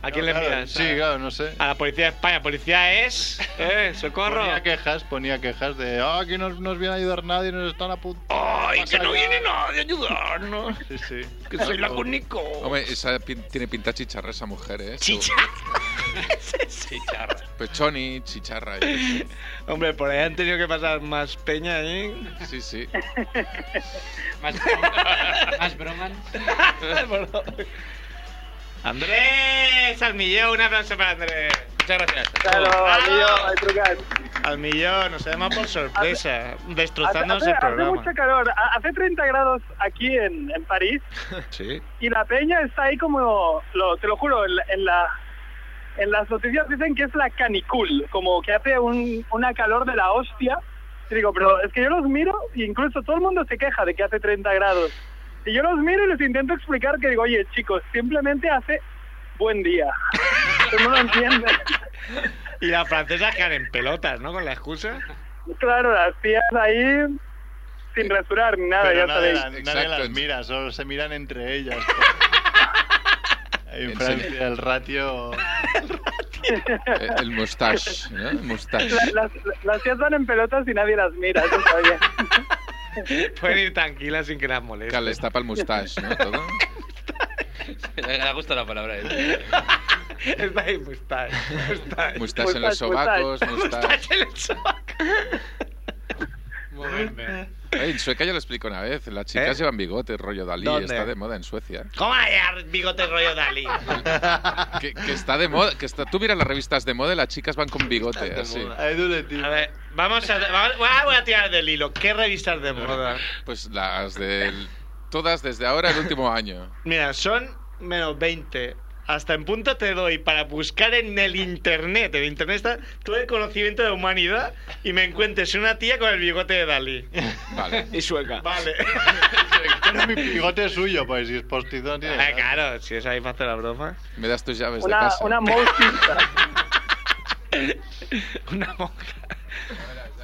[SPEAKER 4] ¿a quién
[SPEAKER 7] Claro,
[SPEAKER 4] le envías?
[SPEAKER 7] Sí,
[SPEAKER 4] A-
[SPEAKER 7] claro, no sé.
[SPEAKER 4] A la policía de España. Policía es. ¿Eh? ¡Socorro!
[SPEAKER 7] Ponía quejas, ponía quejas de "Ah, aquí no nos viene a ayudar nadie, nos están apuntando.
[SPEAKER 4] ¡Ay, que no
[SPEAKER 7] Acá.
[SPEAKER 4] viene nadie a ayudarnos!
[SPEAKER 7] Sí, sí.
[SPEAKER 4] ¡Que soy la Curnico!
[SPEAKER 5] Hombre, esa pin- tiene pinta chicharra esa mujer, ¿eh?
[SPEAKER 4] ¡Chicha! Chicharra.
[SPEAKER 5] Pechoni, chicharra. yo qué
[SPEAKER 4] Hombre, por ahí han tenido que pasar más peña ahí.
[SPEAKER 5] sé. Sí, sí.
[SPEAKER 8] Más, bromas- más bromas.
[SPEAKER 4] ¡Andrés! ¡Al millón! Un aplauso para Andrés.
[SPEAKER 1] Muchas gracias.
[SPEAKER 6] Claro, adiós, trucas.
[SPEAKER 4] Al millón, nos llama por sorpresa.
[SPEAKER 6] Hace,
[SPEAKER 4] Destrozándonos
[SPEAKER 6] hace,
[SPEAKER 4] el
[SPEAKER 6] hace mucho
[SPEAKER 4] programa.
[SPEAKER 6] calor, Ha- hace 30 grados aquí en, en París
[SPEAKER 4] Sí.
[SPEAKER 6] y la peña está ahí como, lo- te lo juro, en, la- en la... En las noticias dicen que es la canicul, como que hace un, una calor de la hostia. Y digo, pero es que yo los miro y incluso todo el mundo se queja de que hace 30 grados. Y yo los miro y les intento explicar que digo, oye chicos, simplemente hace buen día. Pero no lo entienden.
[SPEAKER 4] Y las francesas quedan en pelotas, ¿no? Con la excusa.
[SPEAKER 6] Claro, las tías ahí sin rasurar ni nada,
[SPEAKER 7] Pero
[SPEAKER 6] ya
[SPEAKER 7] nadie,
[SPEAKER 6] sabéis.
[SPEAKER 7] la- nadie
[SPEAKER 5] Exacto.
[SPEAKER 7] las mira, solo se miran entre ellas. en
[SPEAKER 5] En
[SPEAKER 7] Francia el ratio...
[SPEAKER 5] Eh, El mustache, ¿no? El mustache.
[SPEAKER 6] La- Las, las tías van en pelotas y nadie las mira, eso está bien.
[SPEAKER 4] Pueden ir tranquilas sin que las moleste.
[SPEAKER 5] Claro, les tapa el mustache, ¿no? Todo.
[SPEAKER 1] Me ha gustado la palabra. esa.
[SPEAKER 4] Estáis mustache. Mustache,
[SPEAKER 5] Mustache en los sobacos, mustache.
[SPEAKER 4] en el sobaco.
[SPEAKER 5] Ey, en Sueca ya lo explico una vez. Las chicas
[SPEAKER 4] ¿Eh?
[SPEAKER 5] llevan bigotes, rollo Dalí.
[SPEAKER 4] ¿Dónde?
[SPEAKER 5] Está de moda en Suecia.
[SPEAKER 4] ¿Cómo hay bigote rollo Dalí?
[SPEAKER 5] Que, que está de moda. Que está... Tú miras las revistas de moda y las chicas van con bigote, así.
[SPEAKER 4] A ver, vamos a, vamos- ah, voy a tirar del hilo. ¿Qué revistas de moda?
[SPEAKER 5] Pues las del... Todas desde ahora el último año.
[SPEAKER 4] Mira, son menos 20. Hasta en punto te doy para buscar en el internet. En internet está todo el conocimiento de humanidad y me encuentres una tía con el bigote de Dalí.
[SPEAKER 5] Vale.
[SPEAKER 3] Y sueca.
[SPEAKER 4] Vale.
[SPEAKER 7] Tiene mi bigote suyo, pues si es postizo no tiene.
[SPEAKER 4] Ah, claro, si es ahí para hacer la broma.
[SPEAKER 5] Me das tus llaves
[SPEAKER 4] Una-
[SPEAKER 5] de casa.
[SPEAKER 4] una
[SPEAKER 10] mosquita.
[SPEAKER 4] Una monja.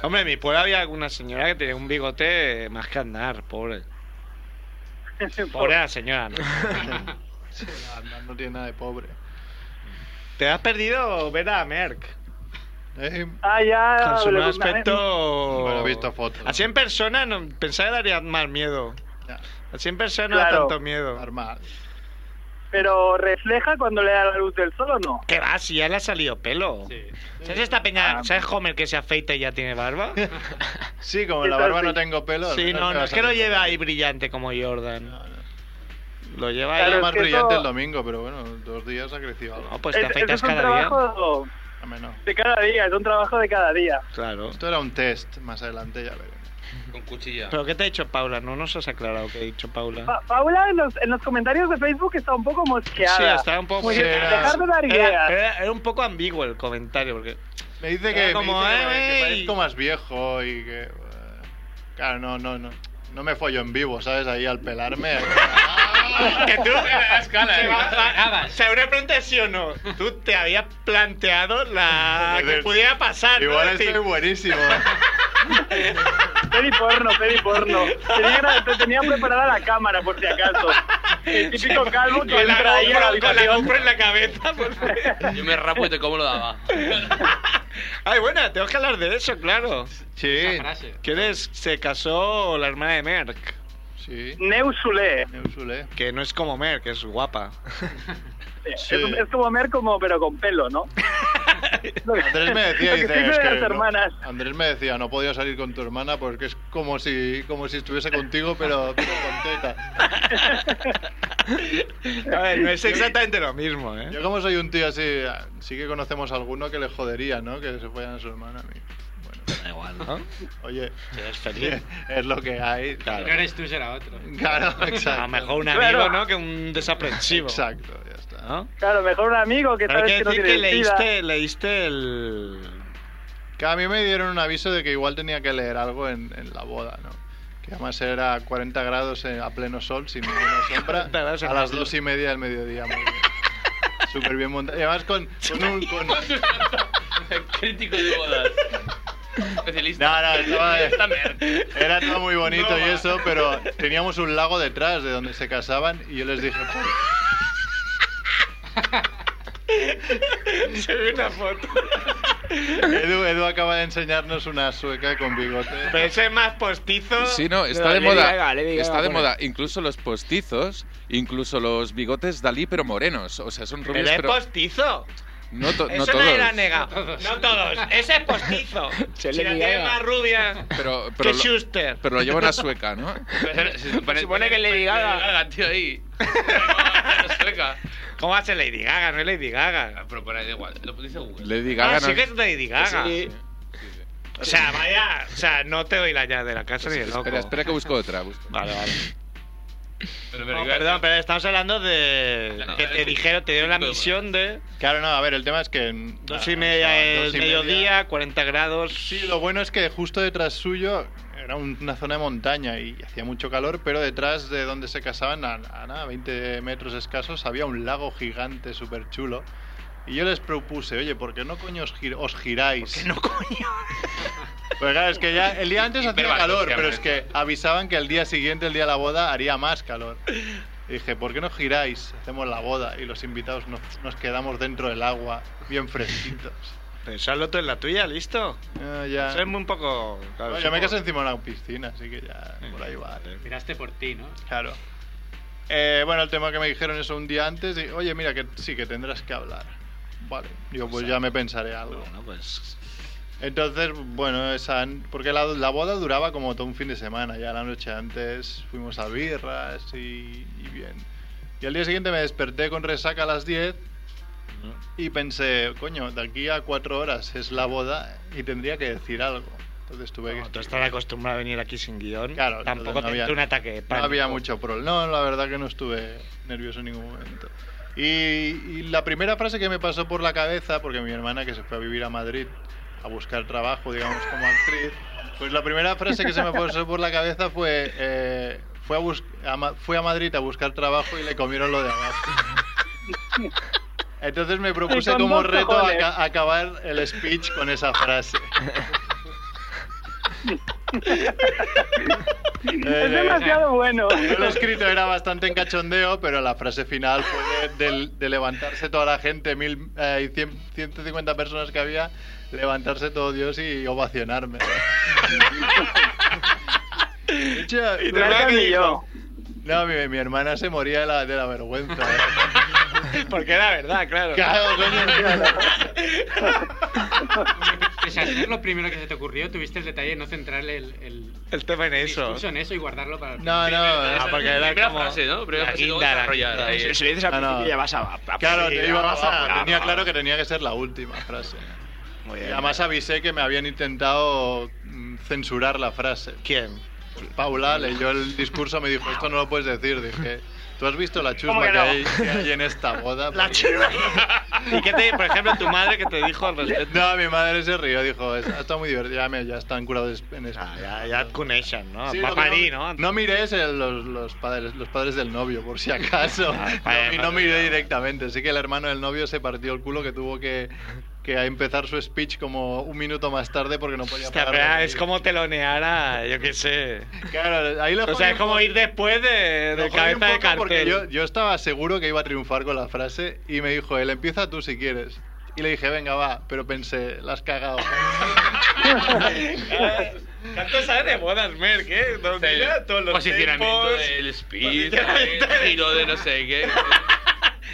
[SPEAKER 4] Hombre, en mi pueblo había alguna señora que tenía un bigote más que andar, pobre. Pobre la señora, ¿no?
[SPEAKER 7] No, no tiene nada de pobre.
[SPEAKER 4] Te has perdido ver a Merck.
[SPEAKER 10] Ah, ya.
[SPEAKER 4] Con su
[SPEAKER 10] lo-
[SPEAKER 4] mal aspecto.
[SPEAKER 7] Bueno, Eh, he visto fotos.
[SPEAKER 4] Así en persona no, pensaba que daría más miedo. Así en persona no da
[SPEAKER 10] Claro.
[SPEAKER 4] tanto miedo. Normal.
[SPEAKER 10] Pero refleja cuando le da la luz del sol o no.
[SPEAKER 4] ¿Qué va? Si ya le ha salido pelo. ¿Sabes esta peña? ¿Sabes Homer que se afeita y ya tiene
[SPEAKER 7] Ah,
[SPEAKER 4] barba?
[SPEAKER 7] pues. Sí, como en la barba no tengo pelo.
[SPEAKER 4] Sí, no, no es que lo lleve ahí brillante como Jordan. Lo lleva ahí.
[SPEAKER 7] Era más brillante el domingo, pero bueno, dos días ha crecido algo.
[SPEAKER 4] pues
[SPEAKER 10] Es- eso es un trabajo de cada día, es un trabajo de cada día.
[SPEAKER 4] Claro.
[SPEAKER 7] Esto era un test, más adelante ya veremos.
[SPEAKER 1] Con cuchilla.
[SPEAKER 4] ¿Pero qué te ha dicho Paula? No nos has aclarado qué ha dicho Paula.
[SPEAKER 10] Pa- Paula en los, en los comentarios de Facebook está un poco mosqueada.
[SPEAKER 4] Sí, estaba un poco.
[SPEAKER 10] Muy bien,
[SPEAKER 4] Era-
[SPEAKER 10] Pues dejar de dar
[SPEAKER 4] era-
[SPEAKER 10] ideas.
[SPEAKER 4] era- era un poco ambiguo el comentario, porque.
[SPEAKER 7] Me dice
[SPEAKER 4] Era
[SPEAKER 7] que,
[SPEAKER 4] como,
[SPEAKER 7] me dice que-
[SPEAKER 4] "Eh,
[SPEAKER 7] que
[SPEAKER 4] eh".
[SPEAKER 7] parezco más viejo y que... eh, Claro, no, no, no. No me follo en vivo, ¿sabes? Ahí al pelarme.
[SPEAKER 4] que tú
[SPEAKER 1] escala,
[SPEAKER 4] que
[SPEAKER 1] ¿eh?
[SPEAKER 4] va- va- va- o sea, una pregunta sí o no. Tú te habías planteado la que pudiera pasar.
[SPEAKER 7] Igual
[SPEAKER 4] ¿no?
[SPEAKER 7] estoy buenísimo. ¿eh?
[SPEAKER 10] Peli porno, peli porno. Tenía, gra- te tenía preparada la cámara, por si acaso. El típico calvo que
[SPEAKER 4] Con la
[SPEAKER 10] entra ahí a
[SPEAKER 4] GoPro-
[SPEAKER 10] la
[SPEAKER 4] con la
[SPEAKER 10] habitación.
[SPEAKER 4] GoPro en la cabeza. por favor.
[SPEAKER 1] Yo me rapo y te como lo daba.
[SPEAKER 4] Ay, bueno, tengo que hablar de eso, claro.
[SPEAKER 7] Sí.
[SPEAKER 4] ¿Quieres? Se casó la hermana de Merck.
[SPEAKER 7] Sí.
[SPEAKER 10] Neusule.
[SPEAKER 7] Neusule.
[SPEAKER 4] Que no es como Merck, es guapa.
[SPEAKER 10] Es, es como Mer, como, pero con pelo, ¿no?
[SPEAKER 7] Andrés me decía,
[SPEAKER 10] Lo
[SPEAKER 7] dice,
[SPEAKER 10] que siempre
[SPEAKER 7] "Es
[SPEAKER 10] las
[SPEAKER 7] que no".
[SPEAKER 10] hermanas.
[SPEAKER 7] Andrés me decía, no podía salir con tu hermana porque es como si, como si estuviese contigo, pero, pero con teta.
[SPEAKER 4] A ver, no es exactamente lo mismo, ¿eh?
[SPEAKER 7] Yo como soy un tío así, sí que conocemos a alguno que le jodería, ¿no? Que se fueran a su hermana a mí.
[SPEAKER 4] Da igual, ¿no?
[SPEAKER 7] Oye,
[SPEAKER 4] Eres feliz.
[SPEAKER 7] es lo que hay.
[SPEAKER 4] Claro.
[SPEAKER 8] No eres tú, será otro.
[SPEAKER 7] Claro,
[SPEAKER 4] A lo
[SPEAKER 7] exacto.
[SPEAKER 4] mejor un amigo,
[SPEAKER 10] Claro.
[SPEAKER 4] ¿no? Que un desaprensivo.
[SPEAKER 7] Exacto, ya está.
[SPEAKER 4] ¿No?
[SPEAKER 10] Claro, mejor un amigo que
[SPEAKER 4] Hay
[SPEAKER 10] sabes
[SPEAKER 4] que
[SPEAKER 10] que, no
[SPEAKER 4] decir
[SPEAKER 10] tiene
[SPEAKER 4] que
[SPEAKER 10] sida.
[SPEAKER 4] leíste, leíste el.
[SPEAKER 7] Que a mí me dieron un aviso de que igual tenía que leer algo en, en la boda, ¿no? Que además era 40 grados eh, a pleno sol, sin ninguna sombra,
[SPEAKER 4] 40 grados en
[SPEAKER 7] a las
[SPEAKER 4] pleno
[SPEAKER 7] dos y media del mediodía. muy bien. Súper bien montado. Y además con, con un... con-
[SPEAKER 1] Crítico de bodas.
[SPEAKER 7] No,
[SPEAKER 1] Especialista.
[SPEAKER 7] no, estaba-
[SPEAKER 1] Esta merda.
[SPEAKER 7] Era todo muy bonito y eso, pero teníamos un lago detrás de donde se casaban y yo les dije... "Pues, "Por-
[SPEAKER 4] Se ve una foto.
[SPEAKER 7] Edu, Edu acaba de enseñarnos una sueca con bigote.
[SPEAKER 4] Pero ese es más postizo.
[SPEAKER 5] Sí, no, está
[SPEAKER 3] No,
[SPEAKER 5] de
[SPEAKER 3] Lady
[SPEAKER 5] moda.
[SPEAKER 3] Gaga, Lady Gaga,
[SPEAKER 5] está de
[SPEAKER 3] pone.
[SPEAKER 5] moda. Incluso los postizos, incluso los bigotes Dalí, pero morenos. O sea, son rubios,
[SPEAKER 4] Pero es
[SPEAKER 5] pero
[SPEAKER 4] postizo.
[SPEAKER 5] no, to- no
[SPEAKER 4] Eso
[SPEAKER 5] todos.
[SPEAKER 4] nadie lo nega. No todos. Ese es postizo.
[SPEAKER 3] Se
[SPEAKER 4] si
[SPEAKER 3] le
[SPEAKER 4] la
[SPEAKER 3] niega.
[SPEAKER 4] tienes más rubia
[SPEAKER 5] Pero, pero,
[SPEAKER 4] que
[SPEAKER 5] lo,
[SPEAKER 4] Schuster.
[SPEAKER 5] pero lo llevan a Sueca, ¿no?
[SPEAKER 1] Se supone,
[SPEAKER 4] supone que Lady Gaga.
[SPEAKER 1] Lady tío, ahí. No, sueca.
[SPEAKER 4] ¿Cómo hace Lady Gaga? No es Lady Gaga.
[SPEAKER 1] Pero pone da igual. Lo dice Google.
[SPEAKER 5] Lady Gaga
[SPEAKER 4] Ah,
[SPEAKER 5] no-
[SPEAKER 4] sí que es Lady Gaga.
[SPEAKER 3] Sí.
[SPEAKER 4] O sea, vaya. O sea, no te doy la llave de la casa ni de loco.
[SPEAKER 5] Espera, espera que busco otra. busco.
[SPEAKER 4] Vale, vale.
[SPEAKER 1] Pero,
[SPEAKER 4] No,
[SPEAKER 1] pero,
[SPEAKER 4] perdón, pero estamos hablando de.
[SPEAKER 1] No.
[SPEAKER 4] que te dijeron, te dieron la misión de.
[SPEAKER 7] Claro, no, a ver, el tema es que... en-
[SPEAKER 4] Dos
[SPEAKER 7] ah,
[SPEAKER 4] y
[SPEAKER 7] o
[SPEAKER 4] media
[SPEAKER 7] sea,
[SPEAKER 4] el
[SPEAKER 7] dos y media-
[SPEAKER 4] mediodía, 40 grados.
[SPEAKER 7] Sí, lo bueno es que justo detrás suyo era un- una zona de montaña y hacía mucho calor, pero detrás de donde se casaban, a, a nada, 20 metros escasos, había un lago gigante súper chulo. Y yo les propuse, oye, ¿por qué no coño os, gir- os giráis?
[SPEAKER 4] No, coño.
[SPEAKER 7] Porque claro, es que ya el día antes hacía
[SPEAKER 1] Hipervaloración,
[SPEAKER 7] calor, pero
[SPEAKER 1] ¿eh?
[SPEAKER 7] es que avisaban que el día siguiente, el día de la boda, haría más calor. Y dije, ¿por qué no giráis? Hacemos la boda y los invitados nos, nos quedamos dentro del agua, bien fresquitos.
[SPEAKER 4] Pensadlo tú en la tuya, listo.
[SPEAKER 7] Ah, ya.
[SPEAKER 4] Eso es muy un poco. claro,
[SPEAKER 7] Bueno,
[SPEAKER 4] es
[SPEAKER 7] yo
[SPEAKER 4] un
[SPEAKER 7] me
[SPEAKER 4] poco-
[SPEAKER 7] casé encima de una piscina, así que ya por ahí va. ¿eh?
[SPEAKER 8] Miraste por ti, ¿no?
[SPEAKER 7] Claro. Eh, bueno, el tema que me dijeron eso un día antes, y, oye, mira, que sí, que tendrás que hablar. Vale, yo pues ya me pensaré algo. Entonces, bueno, esa, porque la, la boda duraba como todo un fin de semana. Ya la noche antes fuimos a birras y, y bien. Y al día siguiente me desperté con resaca a las 10 y pensé, coño, de aquí a cuatro horas es la boda y tendría que decir algo. Entonces tuve que...
[SPEAKER 4] Tú estás acostumbrado a venir aquí sin guión.
[SPEAKER 7] Claro,
[SPEAKER 4] Tampoco
[SPEAKER 7] entonces
[SPEAKER 4] te entra un ataque de
[SPEAKER 7] no
[SPEAKER 4] pánico.
[SPEAKER 7] había mucho problema. No, la verdad que no estuve nervioso en ningún momento. Y, y la primera frase que me pasó por la cabeza, porque mi hermana que se fue a vivir a Madrid a buscar trabajo, digamos, como actriz, pues la primera frase que se me pasó por la cabeza fue... eh, fue a, bus- a Ma- fue a Madrid a buscar trabajo y le comieron lo de abajo. Entonces me propuse
[SPEAKER 6] Y con
[SPEAKER 7] como
[SPEAKER 6] dos
[SPEAKER 7] reto
[SPEAKER 6] cojones.
[SPEAKER 7] aca- acabar el speech con esa frase.
[SPEAKER 4] eh,
[SPEAKER 6] Es demasiado
[SPEAKER 10] bueno.
[SPEAKER 7] Yo lo he escrito era bastante en cachondeo, pero la frase final fue de, de- de levantarse toda la gente, mil, eh, y cien- 150 personas que había, levantarse todo Dios y ovacionarme. De hecho,
[SPEAKER 6] Y tu hermana ni yo.
[SPEAKER 7] No, mi, mi hermana se moría de la, de la vergüenza.
[SPEAKER 4] Porque era verdad, claro.
[SPEAKER 7] Claro,
[SPEAKER 8] Pese a ser lo primero que se te ocurrió, tuviste el detalle de no centrarle el, el
[SPEAKER 4] El tema en eso.
[SPEAKER 8] discurso en eso y guardarlo para el
[SPEAKER 7] No, no,
[SPEAKER 1] Ah, porque era Primera como- frase, ¿no? Primera la frase, luego guinda, la desarrollar guinda. ahí. Si- si le dices al principio, ya vas a- a-
[SPEAKER 7] Ah, Claro,
[SPEAKER 1] sí,
[SPEAKER 7] te iba
[SPEAKER 1] vamos,
[SPEAKER 7] a-
[SPEAKER 1] vamos,
[SPEAKER 7] tenía
[SPEAKER 1] vamos.
[SPEAKER 7] claro que tenía que ser la última frase.
[SPEAKER 1] bien.
[SPEAKER 7] y además avisé que me habían intentado mm, censurar la frase.
[SPEAKER 4] ¿Quién?
[SPEAKER 7] Paula leyó el discurso, me dijo, esto no lo puedes decir. Dije, ¿tú has visto la chusma
[SPEAKER 4] ¿Cómo
[SPEAKER 7] que,
[SPEAKER 4] que no?
[SPEAKER 7] hay, que hay en esta boda?
[SPEAKER 4] La chusma. ¿Y qué te, por ejemplo, tu madre que te dijo al respecto?
[SPEAKER 7] No, mi madre se rió, dijo, "Es- ha estado muy divertido, ya, me- ya están curados en España.
[SPEAKER 4] Ya, Ah, ya coneixen, no?
[SPEAKER 7] Sí,
[SPEAKER 4] Va
[SPEAKER 7] lo que
[SPEAKER 4] parir,
[SPEAKER 7] no,
[SPEAKER 4] no?
[SPEAKER 7] no mires el- los, los padres, los padres del novio, por si acaso.
[SPEAKER 4] vale,
[SPEAKER 7] No, y no
[SPEAKER 4] vale,
[SPEAKER 7] miré directamente. Sí que el hermano del novio se partió el culo que tuvo que, que empezar su speech como un minuto más tarde porque no podía
[SPEAKER 4] Hostia,
[SPEAKER 7] parar.
[SPEAKER 4] pero
[SPEAKER 7] de reír.
[SPEAKER 4] es como telonear a, yo qué sé.
[SPEAKER 7] Claro, ahí lo
[SPEAKER 4] O sea, es como ir después de,
[SPEAKER 7] Lo
[SPEAKER 4] de
[SPEAKER 7] jodí
[SPEAKER 4] cabeza
[SPEAKER 7] un
[SPEAKER 4] de
[SPEAKER 7] poco Porque
[SPEAKER 4] cartel.
[SPEAKER 7] yo, yo estaba seguro que iba a triunfar con la frase y me dijo él, empieza tú si quieres. Y le dije, venga, va, pero pensé, la has cagado.
[SPEAKER 4] Tanto sabes de bodas, Merck, ¿eh? No, mira todos los
[SPEAKER 1] Posicionamiento
[SPEAKER 4] tempos,
[SPEAKER 1] del speed,
[SPEAKER 4] posicionamiento
[SPEAKER 1] el giro de no sé qué.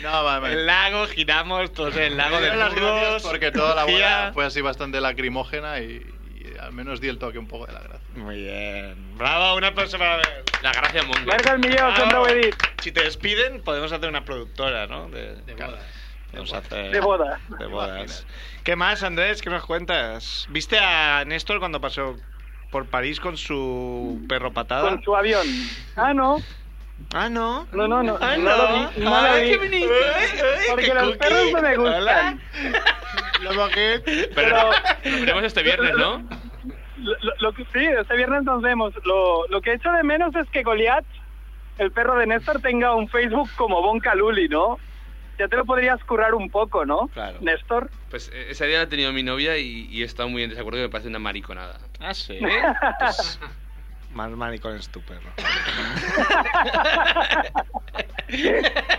[SPEAKER 7] No, vale.
[SPEAKER 4] El lago, giramos todos en el lago de
[SPEAKER 7] Dieron las gracias
[SPEAKER 4] Burgos.
[SPEAKER 7] porque toda la boda
[SPEAKER 4] Lucía.
[SPEAKER 7] fue así bastante lacrimógena y, y al menos di el toque un poco de la gracia.
[SPEAKER 4] Muy bien. pues, Bravo, una aplauso para ver.
[SPEAKER 1] La gracia Mongo.
[SPEAKER 4] Si te despiden, podemos hacer una productora, ¿no? De, bodas. Podemos hacer...
[SPEAKER 10] De bodas.
[SPEAKER 4] De bodas. ¿Qué más, Andrés? ¿Qué nos cuentas? ¿Viste a Néstor cuando pasó por París con su perro patada?
[SPEAKER 6] Con su avión. Ah, no.
[SPEAKER 4] Ah, no.
[SPEAKER 6] No, no, no.
[SPEAKER 4] Ah,
[SPEAKER 6] No lo
[SPEAKER 4] no.
[SPEAKER 6] vi. No lo
[SPEAKER 4] Ay,
[SPEAKER 6] vi.
[SPEAKER 4] qué bonito. Ay, ay,
[SPEAKER 6] Porque
[SPEAKER 4] qué
[SPEAKER 6] los
[SPEAKER 4] cookie.
[SPEAKER 6] perros no me gustan.
[SPEAKER 4] Hola.
[SPEAKER 7] Lo bajé.
[SPEAKER 1] Pero lo veremos este viernes, ¿no?
[SPEAKER 6] Lo, lo- lo que, sí, este viernes nos vemos. Lo, lo que echo de menos es que Goliath, el perro de Néstor, tenga un Facebook como Bonca Luli, ¿no? Ya te lo podrías currar un poco, ¿no?
[SPEAKER 4] Claro.
[SPEAKER 6] Néstor.
[SPEAKER 1] Pues eh, esa idea la ha tenido mi novia y, y he estado muy en desacuerdo y me parece una mariconada.
[SPEAKER 4] Ah, sí.
[SPEAKER 1] ¿Eh?
[SPEAKER 4] Pues, más maricón es tu perro.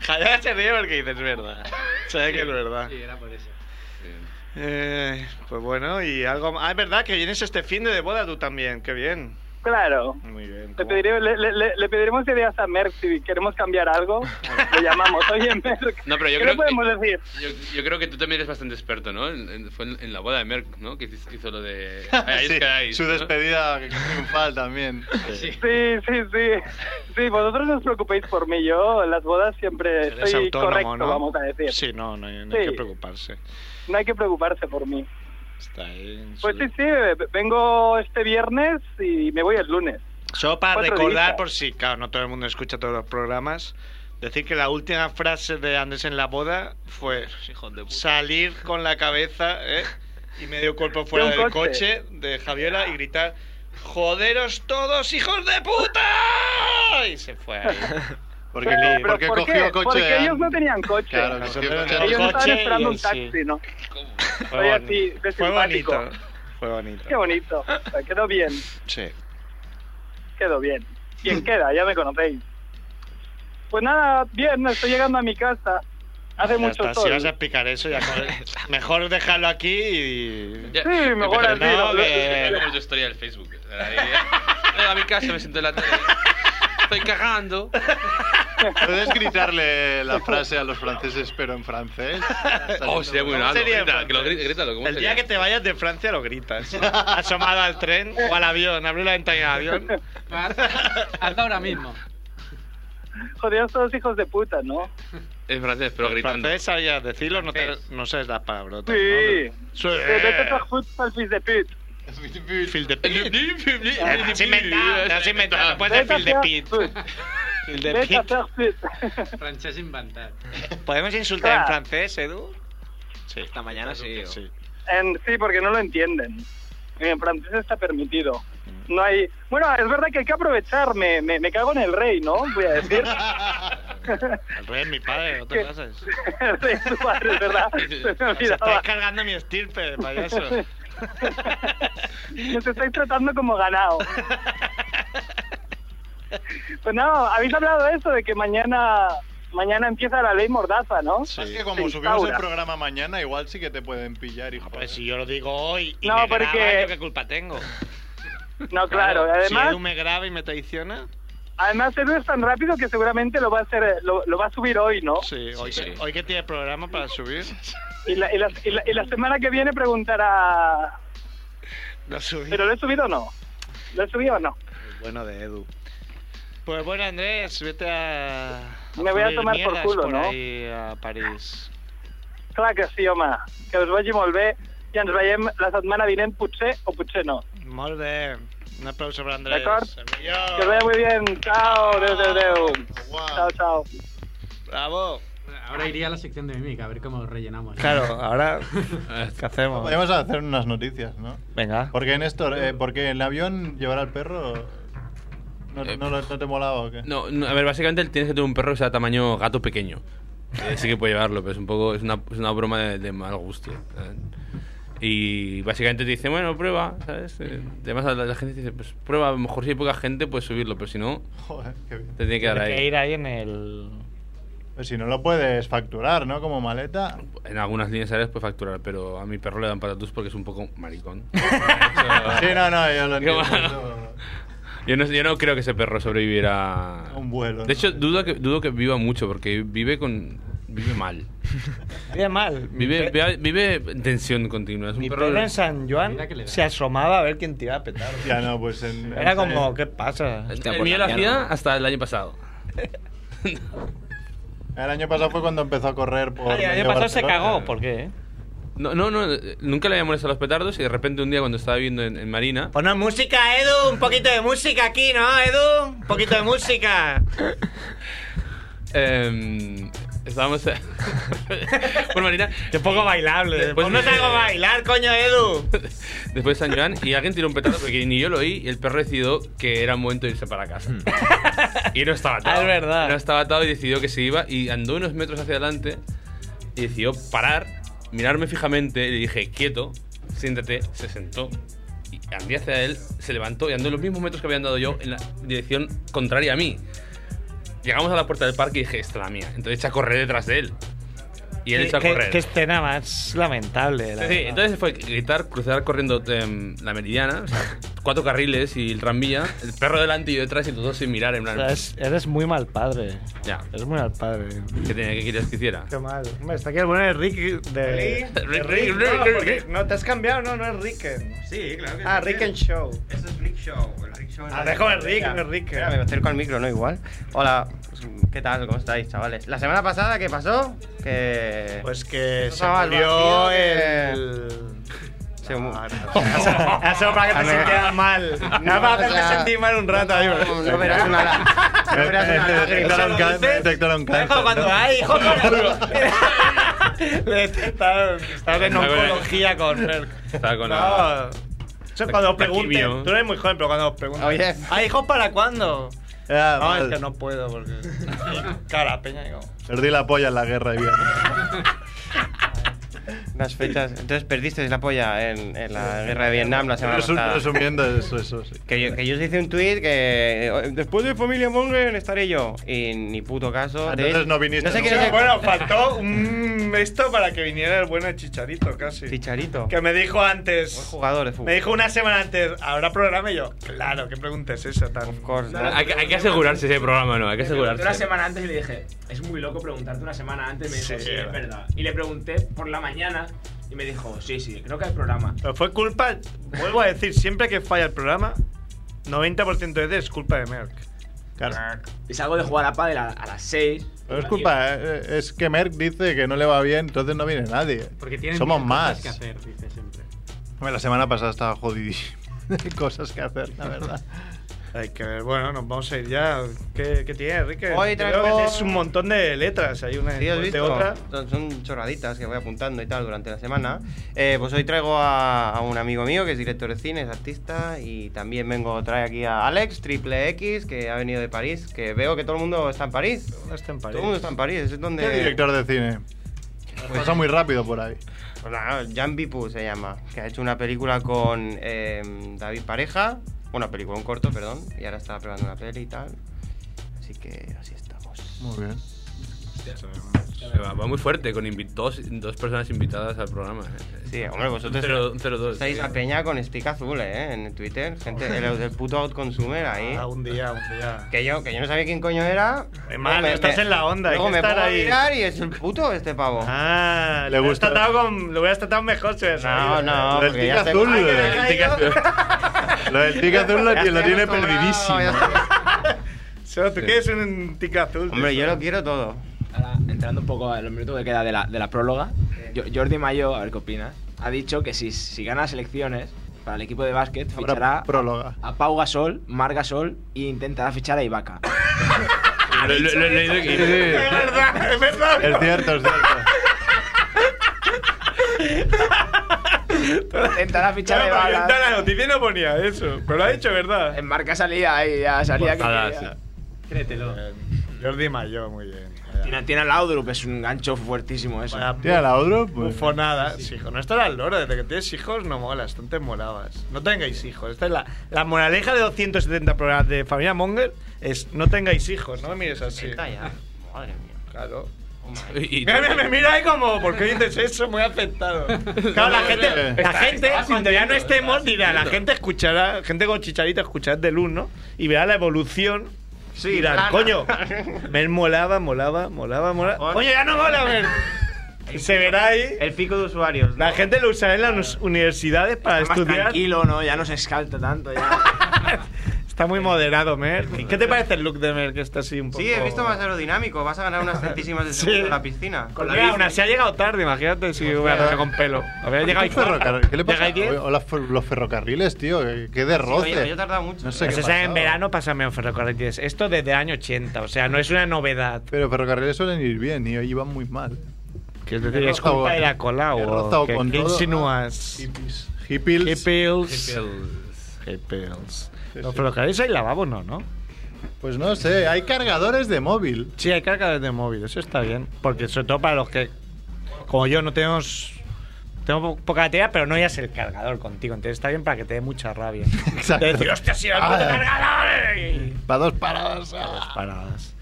[SPEAKER 4] Javier se ríe porque dices verdad. Sabe que es verdad.
[SPEAKER 8] Sí, era por eso.
[SPEAKER 4] Eh, pues bueno, y algo Ah, es verdad que vienes este fin de, de boda tú también. Qué bien.
[SPEAKER 6] Claro.
[SPEAKER 4] Muy bien.
[SPEAKER 6] Le, pediré- le- le- le- le pediremos ideas a Merck si queremos cambiar algo. Le llamamos. Oye, Merck.
[SPEAKER 1] No, pero yo
[SPEAKER 6] ¿Qué
[SPEAKER 1] creo
[SPEAKER 6] le podemos decir?
[SPEAKER 1] Yo, yo creo que tú también eres bastante experto, ¿no? En- en- fue en, en la boda de Merck, ¿no? Que hizo, hizo lo de... Ahí os
[SPEAKER 7] Sí,
[SPEAKER 1] quedáis,
[SPEAKER 7] su
[SPEAKER 1] ¿no?
[SPEAKER 7] despedida triunfal también.
[SPEAKER 6] Sí, sí, sí. Sí, vosotros no os preocupéis por mí. Yo en las bodas siempre
[SPEAKER 4] Eres
[SPEAKER 6] estoy
[SPEAKER 4] autónomo,
[SPEAKER 6] correcto,
[SPEAKER 4] ¿no?
[SPEAKER 6] vamos a decir.
[SPEAKER 4] Sí, no, no, hay- no hay
[SPEAKER 6] Sí.
[SPEAKER 4] que preocuparse.
[SPEAKER 6] No hay que preocuparse por mí.
[SPEAKER 4] Está ahí. en
[SPEAKER 6] Pues
[SPEAKER 4] su-
[SPEAKER 6] sí, sí, vengo este viernes y me voy el lunes.
[SPEAKER 4] Solo para
[SPEAKER 6] Cuatro
[SPEAKER 4] recordar,
[SPEAKER 6] días.
[SPEAKER 4] por si, claro, no todo el mundo escucha todos los programas, decir que la última frase de Andrés en la boda fue salir con la cabeza ¿eh? y medio cuerpo fuera
[SPEAKER 6] De un
[SPEAKER 4] del
[SPEAKER 6] coche.
[SPEAKER 4] coche. de Javiola y gritar ¡Joderos todos, hijos de puta! Y se fue ahí.
[SPEAKER 7] Porque,
[SPEAKER 6] Pero-
[SPEAKER 7] li-
[SPEAKER 6] pero
[SPEAKER 7] porque
[SPEAKER 6] ¿por qué?
[SPEAKER 7] cogió coche.
[SPEAKER 6] Porque
[SPEAKER 7] an-
[SPEAKER 6] ellos no tenían coche.
[SPEAKER 7] Claro, cogió
[SPEAKER 4] Nosotros
[SPEAKER 7] coche
[SPEAKER 4] no.
[SPEAKER 6] ellos
[SPEAKER 7] antes.
[SPEAKER 6] estaban
[SPEAKER 4] coche
[SPEAKER 6] esperando
[SPEAKER 4] y
[SPEAKER 6] un
[SPEAKER 4] sí.
[SPEAKER 6] taxi, ¿no?
[SPEAKER 4] Fue,
[SPEAKER 6] Soy así,
[SPEAKER 4] boni-
[SPEAKER 6] de
[SPEAKER 4] fue
[SPEAKER 6] simpático.
[SPEAKER 4] bonito. Fue bonito.
[SPEAKER 6] Qué bonito. O sea, Quedó bien,
[SPEAKER 4] Sí.
[SPEAKER 6] quedó bien. Bien queda, ya me conocéis. Pues nada, bien, estoy llegando a mi casa. Hace
[SPEAKER 4] Ya
[SPEAKER 6] mucho
[SPEAKER 4] está, Si
[SPEAKER 6] sol.
[SPEAKER 4] vas a explicar eso, ya mejor dejarlo aquí y...
[SPEAKER 1] Ya.
[SPEAKER 6] Sí, mejor así.
[SPEAKER 4] no,
[SPEAKER 6] lo-
[SPEAKER 4] que-
[SPEAKER 1] Como tu historia del Facebook. Ahí, eh. Vengo a mi casa, me siento en la tele. Estoy cagando.
[SPEAKER 7] ¿Puedes gritarle la frase a los franceses, pero en francés?
[SPEAKER 1] Oh, sería muy
[SPEAKER 7] ¿Cómo
[SPEAKER 1] raro.
[SPEAKER 7] sería en
[SPEAKER 1] Grita, que lo
[SPEAKER 7] francés?
[SPEAKER 1] grita, grítalo. ¿cómo
[SPEAKER 4] El
[SPEAKER 1] sería?
[SPEAKER 4] día que te vayas de Francia lo gritas. Asomado al tren o al avión. Abre la ventana del avión.
[SPEAKER 8] Hazlo ahora mismo.
[SPEAKER 6] Jodidos todos hijos de puta, ¿no?
[SPEAKER 1] En francés, pero gritando.
[SPEAKER 4] Francés sabías decirlo, no, te, no sabes las palabrotas.
[SPEAKER 6] Sí.
[SPEAKER 4] ¿no?
[SPEAKER 6] Eh, vete pa' fut- pa'l fils de pit.
[SPEAKER 4] Phil de Pit. Has inventado, te has inventado. No puedes decir Phil de Pit. Phil de
[SPEAKER 6] Vete a
[SPEAKER 4] Pit.
[SPEAKER 6] hacer fit.
[SPEAKER 8] Francés inventar.
[SPEAKER 4] ¿Podemos insultar en francés, Edu?
[SPEAKER 3] Sí. Esta mañana sí. o-
[SPEAKER 6] En- sí, porque no lo entienden. En francés está permitido. No hay. Bueno, es verdad que hay que aprovechar. Me, me, me cago en el rey, ¿no? Voy a decir.
[SPEAKER 4] El rey es mi padre, no te
[SPEAKER 6] ¿Qué?
[SPEAKER 4] pases.
[SPEAKER 6] el rey es tu padre, es verdad. Se me
[SPEAKER 4] Se está
[SPEAKER 6] olvidaba.
[SPEAKER 4] cargando mi estirpe, payaso.
[SPEAKER 6] Nos estáis tratando como ganado. Pues no, habéis hablado de eso, de que mañana mañana empieza la ley mordaza, ¿no?
[SPEAKER 7] Es que como
[SPEAKER 6] Se
[SPEAKER 7] subimos el
[SPEAKER 6] instaura.
[SPEAKER 7] programa mañana, igual sí que te pueden pillar, hijo.
[SPEAKER 4] Pues si yo lo digo hoy y
[SPEAKER 6] No,
[SPEAKER 4] me
[SPEAKER 6] porque-
[SPEAKER 4] graba, ¿yo qué culpa tengo?
[SPEAKER 6] No, claro,
[SPEAKER 4] Si
[SPEAKER 6] además,
[SPEAKER 4] Edu me graba y me traiciona,
[SPEAKER 6] además Edu es tan rápido que seguramente lo va a hacer, lo, lo va a subir hoy, ¿no?
[SPEAKER 4] sí, hoy, que- hoy que tiene programa para subir,
[SPEAKER 6] Y la, y la- y la- y la semana que viene preguntará,
[SPEAKER 4] lo subí.
[SPEAKER 6] ¿pero lo he subido o no? ¿Lo he subido o no?
[SPEAKER 4] Bueno de Edu. Pues bueno, Andrés, vete a.
[SPEAKER 6] Me voy a
[SPEAKER 4] hacer
[SPEAKER 6] tomar por
[SPEAKER 4] mierdas
[SPEAKER 6] culo, ¿no?
[SPEAKER 4] ahí a París.
[SPEAKER 6] Clar que sí, home, que us vagi molt bé i ens veiem la setmana vinent potser o potser no.
[SPEAKER 4] Molt bé. Un aplauso para Andrés.
[SPEAKER 6] D'acord.
[SPEAKER 4] El
[SPEAKER 6] Que us
[SPEAKER 4] millor.
[SPEAKER 6] vegi molt bé, ciao, adeu, adeu, adeu. Ciao, ciao.
[SPEAKER 4] Bravo.
[SPEAKER 8] Ahora iría a la sección de mímica, a ver cómo rellenamos.
[SPEAKER 4] Claro, ahora. ¿Qué hacemos?
[SPEAKER 7] Podemos hacer unas noticias, ¿no?
[SPEAKER 4] Venga.
[SPEAKER 7] Porque Néstor, eh, porque en avión llevar al perro no, no, lo- no te molaba o qué?
[SPEAKER 1] Eh, No, no, a ver, básicamente tienes que tener un perro que sea tamaño gato pequeño. Eh, sí que puede llevarlo, pero es un poco es una, es una broma de, de mal gusto. ¿sabes? Y básicamente te dice, bueno, prueba, ¿sabes? Eh, Además, la, la gente dice, pues prueba, a lo mejor si hay poca gente puedes subirlo, pero si no,
[SPEAKER 7] Joder, qué bien.
[SPEAKER 1] te tiene que dar
[SPEAKER 4] Hay que
[SPEAKER 1] ahí.
[SPEAKER 4] ir ahí en el.
[SPEAKER 7] Pues si no lo puedes facturar, ¿no? Como maleta.
[SPEAKER 1] En algunas líneas aéreas puedes facturar, pero a mi perro le dan patatus porque es un poco maricón.
[SPEAKER 7] Sí, no, no, yo lo
[SPEAKER 1] Qué
[SPEAKER 7] entiendo.
[SPEAKER 1] malo. Yo no, yo no creo que ese perro sobreviviera
[SPEAKER 7] Un vuelo,
[SPEAKER 1] De hecho,
[SPEAKER 7] ¿no?
[SPEAKER 1] dudo que, dudo que viva mucho porque vive con vive mal.
[SPEAKER 4] Vive mal.
[SPEAKER 1] Vive, vive, vive en tensión continua. Es un
[SPEAKER 4] Mi
[SPEAKER 1] perro. Eh,
[SPEAKER 4] perro en San Juan
[SPEAKER 8] Mira que le da.
[SPEAKER 4] se asomaba a ver quién tiraba petardo.
[SPEAKER 7] Ya no, pues en...
[SPEAKER 4] Era
[SPEAKER 7] en-
[SPEAKER 4] como, ¿qué pasa?
[SPEAKER 1] El,
[SPEAKER 3] Hostia,
[SPEAKER 1] el
[SPEAKER 3] pues
[SPEAKER 1] mío lo
[SPEAKER 3] ya
[SPEAKER 1] hacía
[SPEAKER 3] no.
[SPEAKER 1] hasta el año pasado.
[SPEAKER 7] El año pasado fue cuando empezó a correr por...
[SPEAKER 4] Ay, el año
[SPEAKER 7] medio
[SPEAKER 4] pasado se
[SPEAKER 7] Barcelona.
[SPEAKER 4] cagó, ¿por qué? eh?
[SPEAKER 1] No, no, no, eh, nunca le había molestado los petardos y de repente un día cuando estaba viviendo en, en Marina.
[SPEAKER 4] Ponnos música, Edu, un poquito de música aquí, ¿no, Edu? Un poquito de música.
[SPEAKER 1] em, estábamos. por Marina.
[SPEAKER 4] Qué poco bailable.
[SPEAKER 1] Después
[SPEAKER 4] Pues no
[SPEAKER 1] me-
[SPEAKER 4] te hago bailar, coño, Edu.
[SPEAKER 1] Después de San Juan y alguien tiró un petardo porque ni yo lo oí y el perro decidió que era momento de irse para casa. y no estaba atado.
[SPEAKER 4] Ah, es verdad.
[SPEAKER 1] No estaba atado y decidió que se iba y andó unos metros hacia adelante y decidió parar, mirarme fijamente y le dije, quieto, siéntate, se sentó. Y andé hacia él, se levantó y andó los mismos metros que había andado yo en la dirección contraria a mí. Llegamos a la puerta del parque y dije, esta es la mía. Entonces echa a correr detrás de él. Y él
[SPEAKER 4] Qué,
[SPEAKER 1] echa a correr.
[SPEAKER 4] qué- qué escena más lamentable. la
[SPEAKER 1] Sí, sí,
[SPEAKER 4] verdad.
[SPEAKER 1] entonces fue gritar, cruzar corriendo em, la meridiana, o sea, cuatro carriles y el tranvía, el perro delante y yo detrás y los dos sin mirar, en
[SPEAKER 4] O
[SPEAKER 1] plan.
[SPEAKER 4] sea, es- eres muy mal padre.
[SPEAKER 1] Ya,
[SPEAKER 4] Eres muy mal padre.
[SPEAKER 1] ¿qué tenía que querías que hiciera?
[SPEAKER 4] Qué mal. Hombre, está aquí el bueno de Rick. De...
[SPEAKER 1] Rick, de Rick, Rick, no, Rick, porque- Rick.
[SPEAKER 4] te has cambiado, no, no es Ricken.
[SPEAKER 2] Sí, claro que
[SPEAKER 4] Ah, Rick and Show.
[SPEAKER 2] Eso es Rick Show. El Rick Show es
[SPEAKER 4] Ah,
[SPEAKER 2] la-
[SPEAKER 4] déjame Rick,
[SPEAKER 2] Ya.
[SPEAKER 4] no es Rick.
[SPEAKER 2] Espera, me acerco al micro, ¿no? Igual. Hola, ¿qué tal? ¿Cómo estáis, chavales? La semana pasada, ¿qué pasó? Que.
[SPEAKER 4] Pues que
[SPEAKER 2] Eso
[SPEAKER 4] se
[SPEAKER 2] estaba
[SPEAKER 4] murió
[SPEAKER 2] vacío de-
[SPEAKER 4] el.
[SPEAKER 2] se mu-
[SPEAKER 4] Eso para que
[SPEAKER 2] Ah,
[SPEAKER 4] te
[SPEAKER 2] no.
[SPEAKER 4] sintieras mal. Nada para
[SPEAKER 2] o sea,
[SPEAKER 4] hacerte sentir mal un rato. ahí,
[SPEAKER 2] No, no verás una. No verás una lágrima.
[SPEAKER 7] Detectaron cáncer, detectaron
[SPEAKER 4] ¿Sabes
[SPEAKER 7] cáncer,
[SPEAKER 4] cuando
[SPEAKER 7] ¿no?
[SPEAKER 4] hay, hijo de- Le detectaron que estaba en
[SPEAKER 1] Está con el-
[SPEAKER 4] oncología con Fer.
[SPEAKER 1] Estaba con la-
[SPEAKER 4] No. Eso es cuando os
[SPEAKER 1] la quimio.
[SPEAKER 4] pregunten. Tú eres muy joven, pero cuando os pregunten.
[SPEAKER 2] Oye.
[SPEAKER 4] ¿Hay hijos para cuándo?
[SPEAKER 7] Ah,
[SPEAKER 4] No,
[SPEAKER 7] mal.
[SPEAKER 4] es que no puedo porque. Cara, peña, digo.
[SPEAKER 7] Perdí la polla en la guerra y bien.
[SPEAKER 2] Las fechas. Entonces perdisteis la polla en, en la guerra de Vietnam la semana
[SPEAKER 7] Resu-
[SPEAKER 2] pasada.
[SPEAKER 7] resumiendo eso, eso sí.
[SPEAKER 2] Que yo, que yo os hice un tweet que eh, después de Familia Monger estaré yo. Y ni puto caso. de-
[SPEAKER 7] Ah, Entonces no viniste
[SPEAKER 2] No sé quién
[SPEAKER 7] nunca.
[SPEAKER 2] es el-
[SPEAKER 4] Bueno, faltó un esto para que viniera el bueno de Chicharito, casi.
[SPEAKER 2] Chicharito.
[SPEAKER 4] Que me dijo antes.
[SPEAKER 2] jugador de fútbol.
[SPEAKER 4] Me dijo una semana antes, ¿habrá programa? Y yo, claro, ¿qué preguntes esa tan?
[SPEAKER 1] Hay, que- hay que asegurarse ese programa, ¿no? Hay que
[SPEAKER 11] Le pregunté una
[SPEAKER 1] asegurarse.
[SPEAKER 11] semana antes y le dije, es muy loco preguntarte una semana antes. Me dijo,
[SPEAKER 4] Sí,
[SPEAKER 11] sí,
[SPEAKER 4] era.
[SPEAKER 11] es verdad. Y le pregunté por la mañana y me dijo, sí, sí, creo que hay programa.
[SPEAKER 4] Pero fue culpa, vuelvo a decir, siempre que falla el programa, 90% de veces es culpa de Merck.
[SPEAKER 11] Y salgo de jugar a pádel a, a las 6.
[SPEAKER 7] Pero es culpa, eh, es que Merck dice que no le va bien, entonces no viene nadie.
[SPEAKER 8] Porque tienen
[SPEAKER 7] Somos
[SPEAKER 8] mil
[SPEAKER 7] más.
[SPEAKER 8] cosas que hacer, dice siempre.
[SPEAKER 7] Hombre, La semana pasada estaba jodidísimo. de cosas que hacer, la verdad.
[SPEAKER 4] Hay que ver, bueno, nos vamos a ir ya. ¿Qué, qué tiene, Enrique?
[SPEAKER 2] Hoy
[SPEAKER 4] Creo
[SPEAKER 2] traigo-
[SPEAKER 4] que tienes un montón de letras. Hay una
[SPEAKER 2] Sí, ¿has
[SPEAKER 4] después de
[SPEAKER 2] visto?
[SPEAKER 4] otra.
[SPEAKER 2] Son- Son chorraditas que voy apuntando y tal durante la semana. Eh, pues hoy traigo a, a un amigo mío que es director de cine, es artista. Y también vengo, trae aquí a Alex, Triple X, que ha venido de París. Que veo que todo el mundo está en París. Todo el mundo
[SPEAKER 4] está en París.
[SPEAKER 2] Todo el mundo está en París. Es donde...
[SPEAKER 7] ¿Qué director de cine? Pasa muy rápido por ahí.
[SPEAKER 2] Pues nada, Jan Bipu se llama, que ha hecho una película con eh, David Pareja, una película, un corto, perdón, y ahora está preparando una peli y tal. Así que así estamos.
[SPEAKER 7] Muy bien.
[SPEAKER 1] Se va, va muy fuerte, con invi- dos, dos personas invitadas al programa. eh.
[SPEAKER 2] Sí, hombre, vosotros
[SPEAKER 1] Cero- un 0-2,
[SPEAKER 2] estáis
[SPEAKER 1] sí.
[SPEAKER 2] a peña con stick azul, ¿eh? En Twitter, gente, el, el puto outconsumer ahí.
[SPEAKER 4] Ah, un día, un día.
[SPEAKER 2] Que yo, que yo no sabía quién coño era.
[SPEAKER 4] Eh, man,
[SPEAKER 2] Luego
[SPEAKER 4] estás en la onda, hay
[SPEAKER 2] Luego
[SPEAKER 4] que
[SPEAKER 2] me
[SPEAKER 4] estar
[SPEAKER 2] pongo a
[SPEAKER 4] ahí.
[SPEAKER 2] mirar y es el puto este pavo.
[SPEAKER 4] Ah,
[SPEAKER 2] Le
[SPEAKER 4] lo hubieras
[SPEAKER 2] gusta.
[SPEAKER 4] tratado con- lo hubieras tratado mejor si hubieras
[SPEAKER 2] No, no,
[SPEAKER 7] Lo del
[SPEAKER 2] porque
[SPEAKER 7] tic
[SPEAKER 2] ya sé-
[SPEAKER 7] azul,
[SPEAKER 2] Ay, que
[SPEAKER 7] lo
[SPEAKER 2] me
[SPEAKER 7] del
[SPEAKER 2] caigo.
[SPEAKER 7] tic azul. Lo del tic azul lo
[SPEAKER 2] Ya
[SPEAKER 7] tiene- lo
[SPEAKER 2] estoy
[SPEAKER 7] tiene
[SPEAKER 2] acostumbrado,
[SPEAKER 7] perdidísimo.
[SPEAKER 2] ya
[SPEAKER 4] Solo tú quieres un tic azul.
[SPEAKER 2] Hombre, yo lo quiero todo.
[SPEAKER 3] Ahora, entrando un poco en los minutos que queda de la, de la próloga, Jo- Jordi Mayo, a ver qué opinas, ha dicho que si, si gana las elecciones para el equipo de básquet, fichará
[SPEAKER 7] próloga.
[SPEAKER 3] a Pau Gasol, Mar Gasol e intentará fichar a Ibaka.
[SPEAKER 1] Lo- lo- lo he leído aquí.
[SPEAKER 4] verdad, es verdad.
[SPEAKER 7] Es cierto, es cierto.
[SPEAKER 3] intentará fichar a
[SPEAKER 4] Claro, pero yo en
[SPEAKER 3] Ibaka.
[SPEAKER 4] la noticia no ponía eso, pero lo ha dicho, ¿verdad?
[SPEAKER 3] En marca salía ahí, ya
[SPEAKER 7] Pues
[SPEAKER 3] salía que
[SPEAKER 1] Forzada,
[SPEAKER 3] quería.
[SPEAKER 1] sí.
[SPEAKER 8] Créetelo.
[SPEAKER 4] Jordi Mayo, Ah, muy bien.
[SPEAKER 3] Tiene, tiene al Laudrup, es un gancho fuertísimo eso.
[SPEAKER 7] Tiene la Odro, pues.
[SPEAKER 4] Bufonada, hijo. No estar al loro, desde que tienes hijos no molas, no te molabas. No tengáis hijos. Esta es la, la moraleja de 270 programas de Familia Monger es no tengáis hijos, no me mires así.
[SPEAKER 2] Está ya. Madre mía.
[SPEAKER 4] Claro.
[SPEAKER 1] Y- y-
[SPEAKER 4] Mira, mira, me mira ahí como, ¿por qué dices eso? Muy afectado. Claro, la gente, la gente cuando ya no estemos, dirá, la gente escuchará, gente con chicharita escuchará de luz, ¿no? Y verá la evolución. Sí, dirán,
[SPEAKER 2] plana.
[SPEAKER 4] coño, me molaba, molaba, molaba, molaba. Coño, ya no mola, Mer. Se verá ahí.
[SPEAKER 2] El pico de usuarios.
[SPEAKER 4] La gente lo usará en las nus- universidades para
[SPEAKER 3] Está más
[SPEAKER 4] estudiar.
[SPEAKER 3] tranquilo, ¿no? Ya no se escalta tanto. Ya.
[SPEAKER 4] Está muy moderado, Mer. ¿Qué te parece el look de Mer que está así un poco?
[SPEAKER 2] Sí, he visto más aerodinámico. Vas a ganar unas centísimas de
[SPEAKER 4] Sí.
[SPEAKER 2] segundo en la piscina.
[SPEAKER 4] Con la aún así ha llegado tarde, imagínate si hubiera llegado con pelo. Habría llegado ahí.
[SPEAKER 7] ¿Qué ferrocarril- ¿Qué le
[SPEAKER 4] Llega
[SPEAKER 7] pasa?
[SPEAKER 4] ahí diez.
[SPEAKER 7] O- o las fer- los ferrocarriles, tío, qué qué derroce.
[SPEAKER 2] Oye, yo he tardado mucho.
[SPEAKER 7] No sé
[SPEAKER 4] Pues
[SPEAKER 7] qué
[SPEAKER 4] esa en
[SPEAKER 7] pasaba.
[SPEAKER 4] verano pásame un ferrocarril. tienes Esto desde año 80, o sea, no es una novedad.
[SPEAKER 7] Pero ferrocarriles suelen ir bien y hoy van muy mal.
[SPEAKER 4] Que es
[SPEAKER 7] He
[SPEAKER 4] es
[SPEAKER 7] rozado-
[SPEAKER 4] culpa de la cola
[SPEAKER 7] he
[SPEAKER 4] o
[SPEAKER 7] rozado
[SPEAKER 4] ¿qué,
[SPEAKER 7] con
[SPEAKER 4] qué
[SPEAKER 7] todo.
[SPEAKER 4] insinúas.
[SPEAKER 7] Hippies. Hippies.
[SPEAKER 4] ¿Qué pills?
[SPEAKER 1] Pills.
[SPEAKER 4] ¿Qué pills?
[SPEAKER 7] Sí,
[SPEAKER 4] Los
[SPEAKER 7] sí.
[SPEAKER 4] ferrocarriles hay lavabo, ¿no? ¿no?
[SPEAKER 7] Pues no sé, hay cargadores de móvil.
[SPEAKER 4] Sí, hay cargadores de móvil, eso está bien. Porque sobre todo para los que, como yo, no tenemos... Tengo po- poca batería, pero no hayas el cargador contigo. Entonces está bien para que te dé mucha rabia.
[SPEAKER 7] Exacto.
[SPEAKER 4] De decir, hostia, si era el puto
[SPEAKER 7] Ah.
[SPEAKER 4] cargador. eh".
[SPEAKER 7] Para dos paradas. ah.
[SPEAKER 4] Las paradas.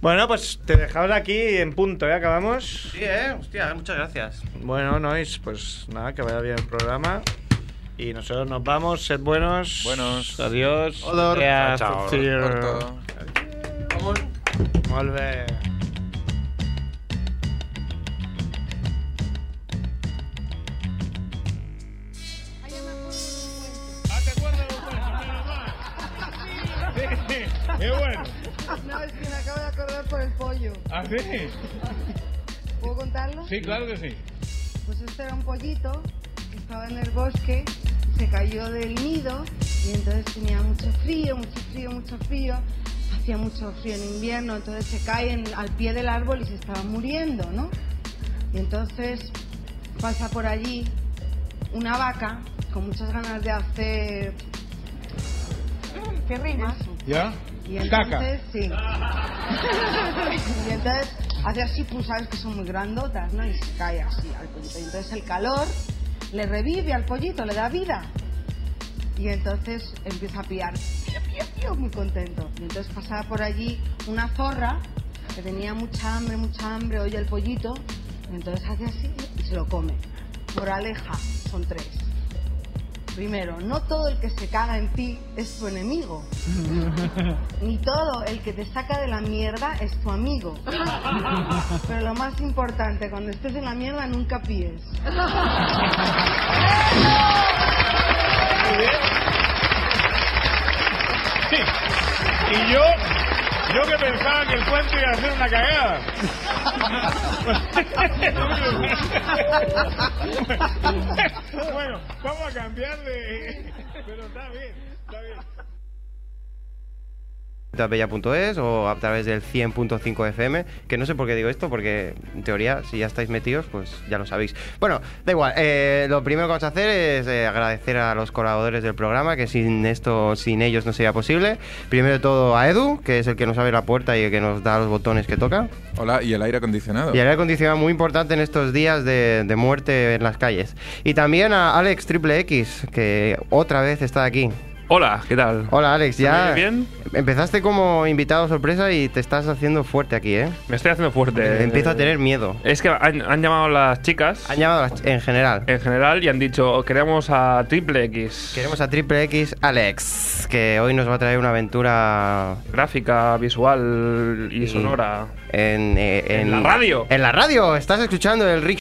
[SPEAKER 4] Bueno, pues te dejamos aquí en punto, ¿eh? Acabamos.
[SPEAKER 2] Sí, eh. Hostia, muchas gracias.
[SPEAKER 4] Bueno, Nois, pues nada, que vaya bien el programa. Y nosotros nos vamos, sed buenos.
[SPEAKER 5] Buenos.
[SPEAKER 4] Adiós.
[SPEAKER 7] Odor.
[SPEAKER 4] Adiós.
[SPEAKER 5] Chao,
[SPEAKER 4] Zucir.
[SPEAKER 5] por todo.
[SPEAKER 4] Molt bé.
[SPEAKER 12] No, es que me acabo de acordar por el pollo. ¿Ah, sí? ¿Puedo contarlo? Sí, claro que sí. Pues este era un pollito que estaba en el bosque, se cayó del nido y entonces tenía mucho frío, mucho frío, mucho frío. Hacía mucho frío en invierno, entonces se cae en- al pie del árbol y se estaba muriendo, ¿no? Y entonces pasa por allí una vaca con muchas ganas de hacer... ¿Qué rimas?
[SPEAKER 9] ¿Ya?
[SPEAKER 12] Y
[SPEAKER 9] Caca.
[SPEAKER 12] entonces, sí. y entonces hace así, pues sabes que son muy grandotas, ¿no? Y se cae así al pollito. Y entonces el calor le revive al pollito, le da vida. Y entonces empieza a piar. Pío, pío, pío, muy contento. Y entonces pasaba por allí una zorra que tenía mucha hambre, mucha hambre, oye el pollito Entonces hace así y se lo come. Moraleja, son tres. Primero, no todo el que se caga en ti es tu enemigo. Ni todo el que te saca de la mierda es tu amigo. Pero lo más importante, cuando estés en la mierda nunca pides.
[SPEAKER 13] Y yo, yo que pensaba que el cuento iba a ser una cagada. bueno, vamos a cambiar de... Pero está bien, está bien.
[SPEAKER 2] Bella.es o a través del 100.5 FM, que no sé por qué digo esto, porque en teoría, si ya estáis metidos, pues ya lo sabéis. Bueno, da igual, eh, lo primero que vamos a hacer es eh, agradecer a los colaboradores del programa, que sin esto, sin ellos no sería posible. Primero de todo a Edu, que es el que nos abre la puerta y el que nos da los botones que toca.
[SPEAKER 5] Hola, y el aire acondicionado.
[SPEAKER 2] Y el aire acondicionado muy importante en estos días de, de muerte en las calles. Y también a Alex Triple X, que otra vez está aquí.
[SPEAKER 14] Hola, ¿qué tal?
[SPEAKER 2] Hola Alex,
[SPEAKER 14] ¿Se
[SPEAKER 2] ya
[SPEAKER 14] me oye bien?
[SPEAKER 2] empezaste como invitado sorpresa y te estás haciendo fuerte aquí, ¿eh?
[SPEAKER 14] Me estoy haciendo fuerte.
[SPEAKER 2] Empiezo a tener miedo.
[SPEAKER 14] Es que han, han llamado las chicas.
[SPEAKER 2] Han llamado en general.
[SPEAKER 14] En general y han dicho, "Oh, queremos a Triple X.
[SPEAKER 2] Queremos a Triple X Alex, que hoy nos va a traer una aventura
[SPEAKER 14] gráfica, visual y sonora.
[SPEAKER 2] En, eh,
[SPEAKER 14] En la radio.
[SPEAKER 2] En la radio, estás escuchando el Rick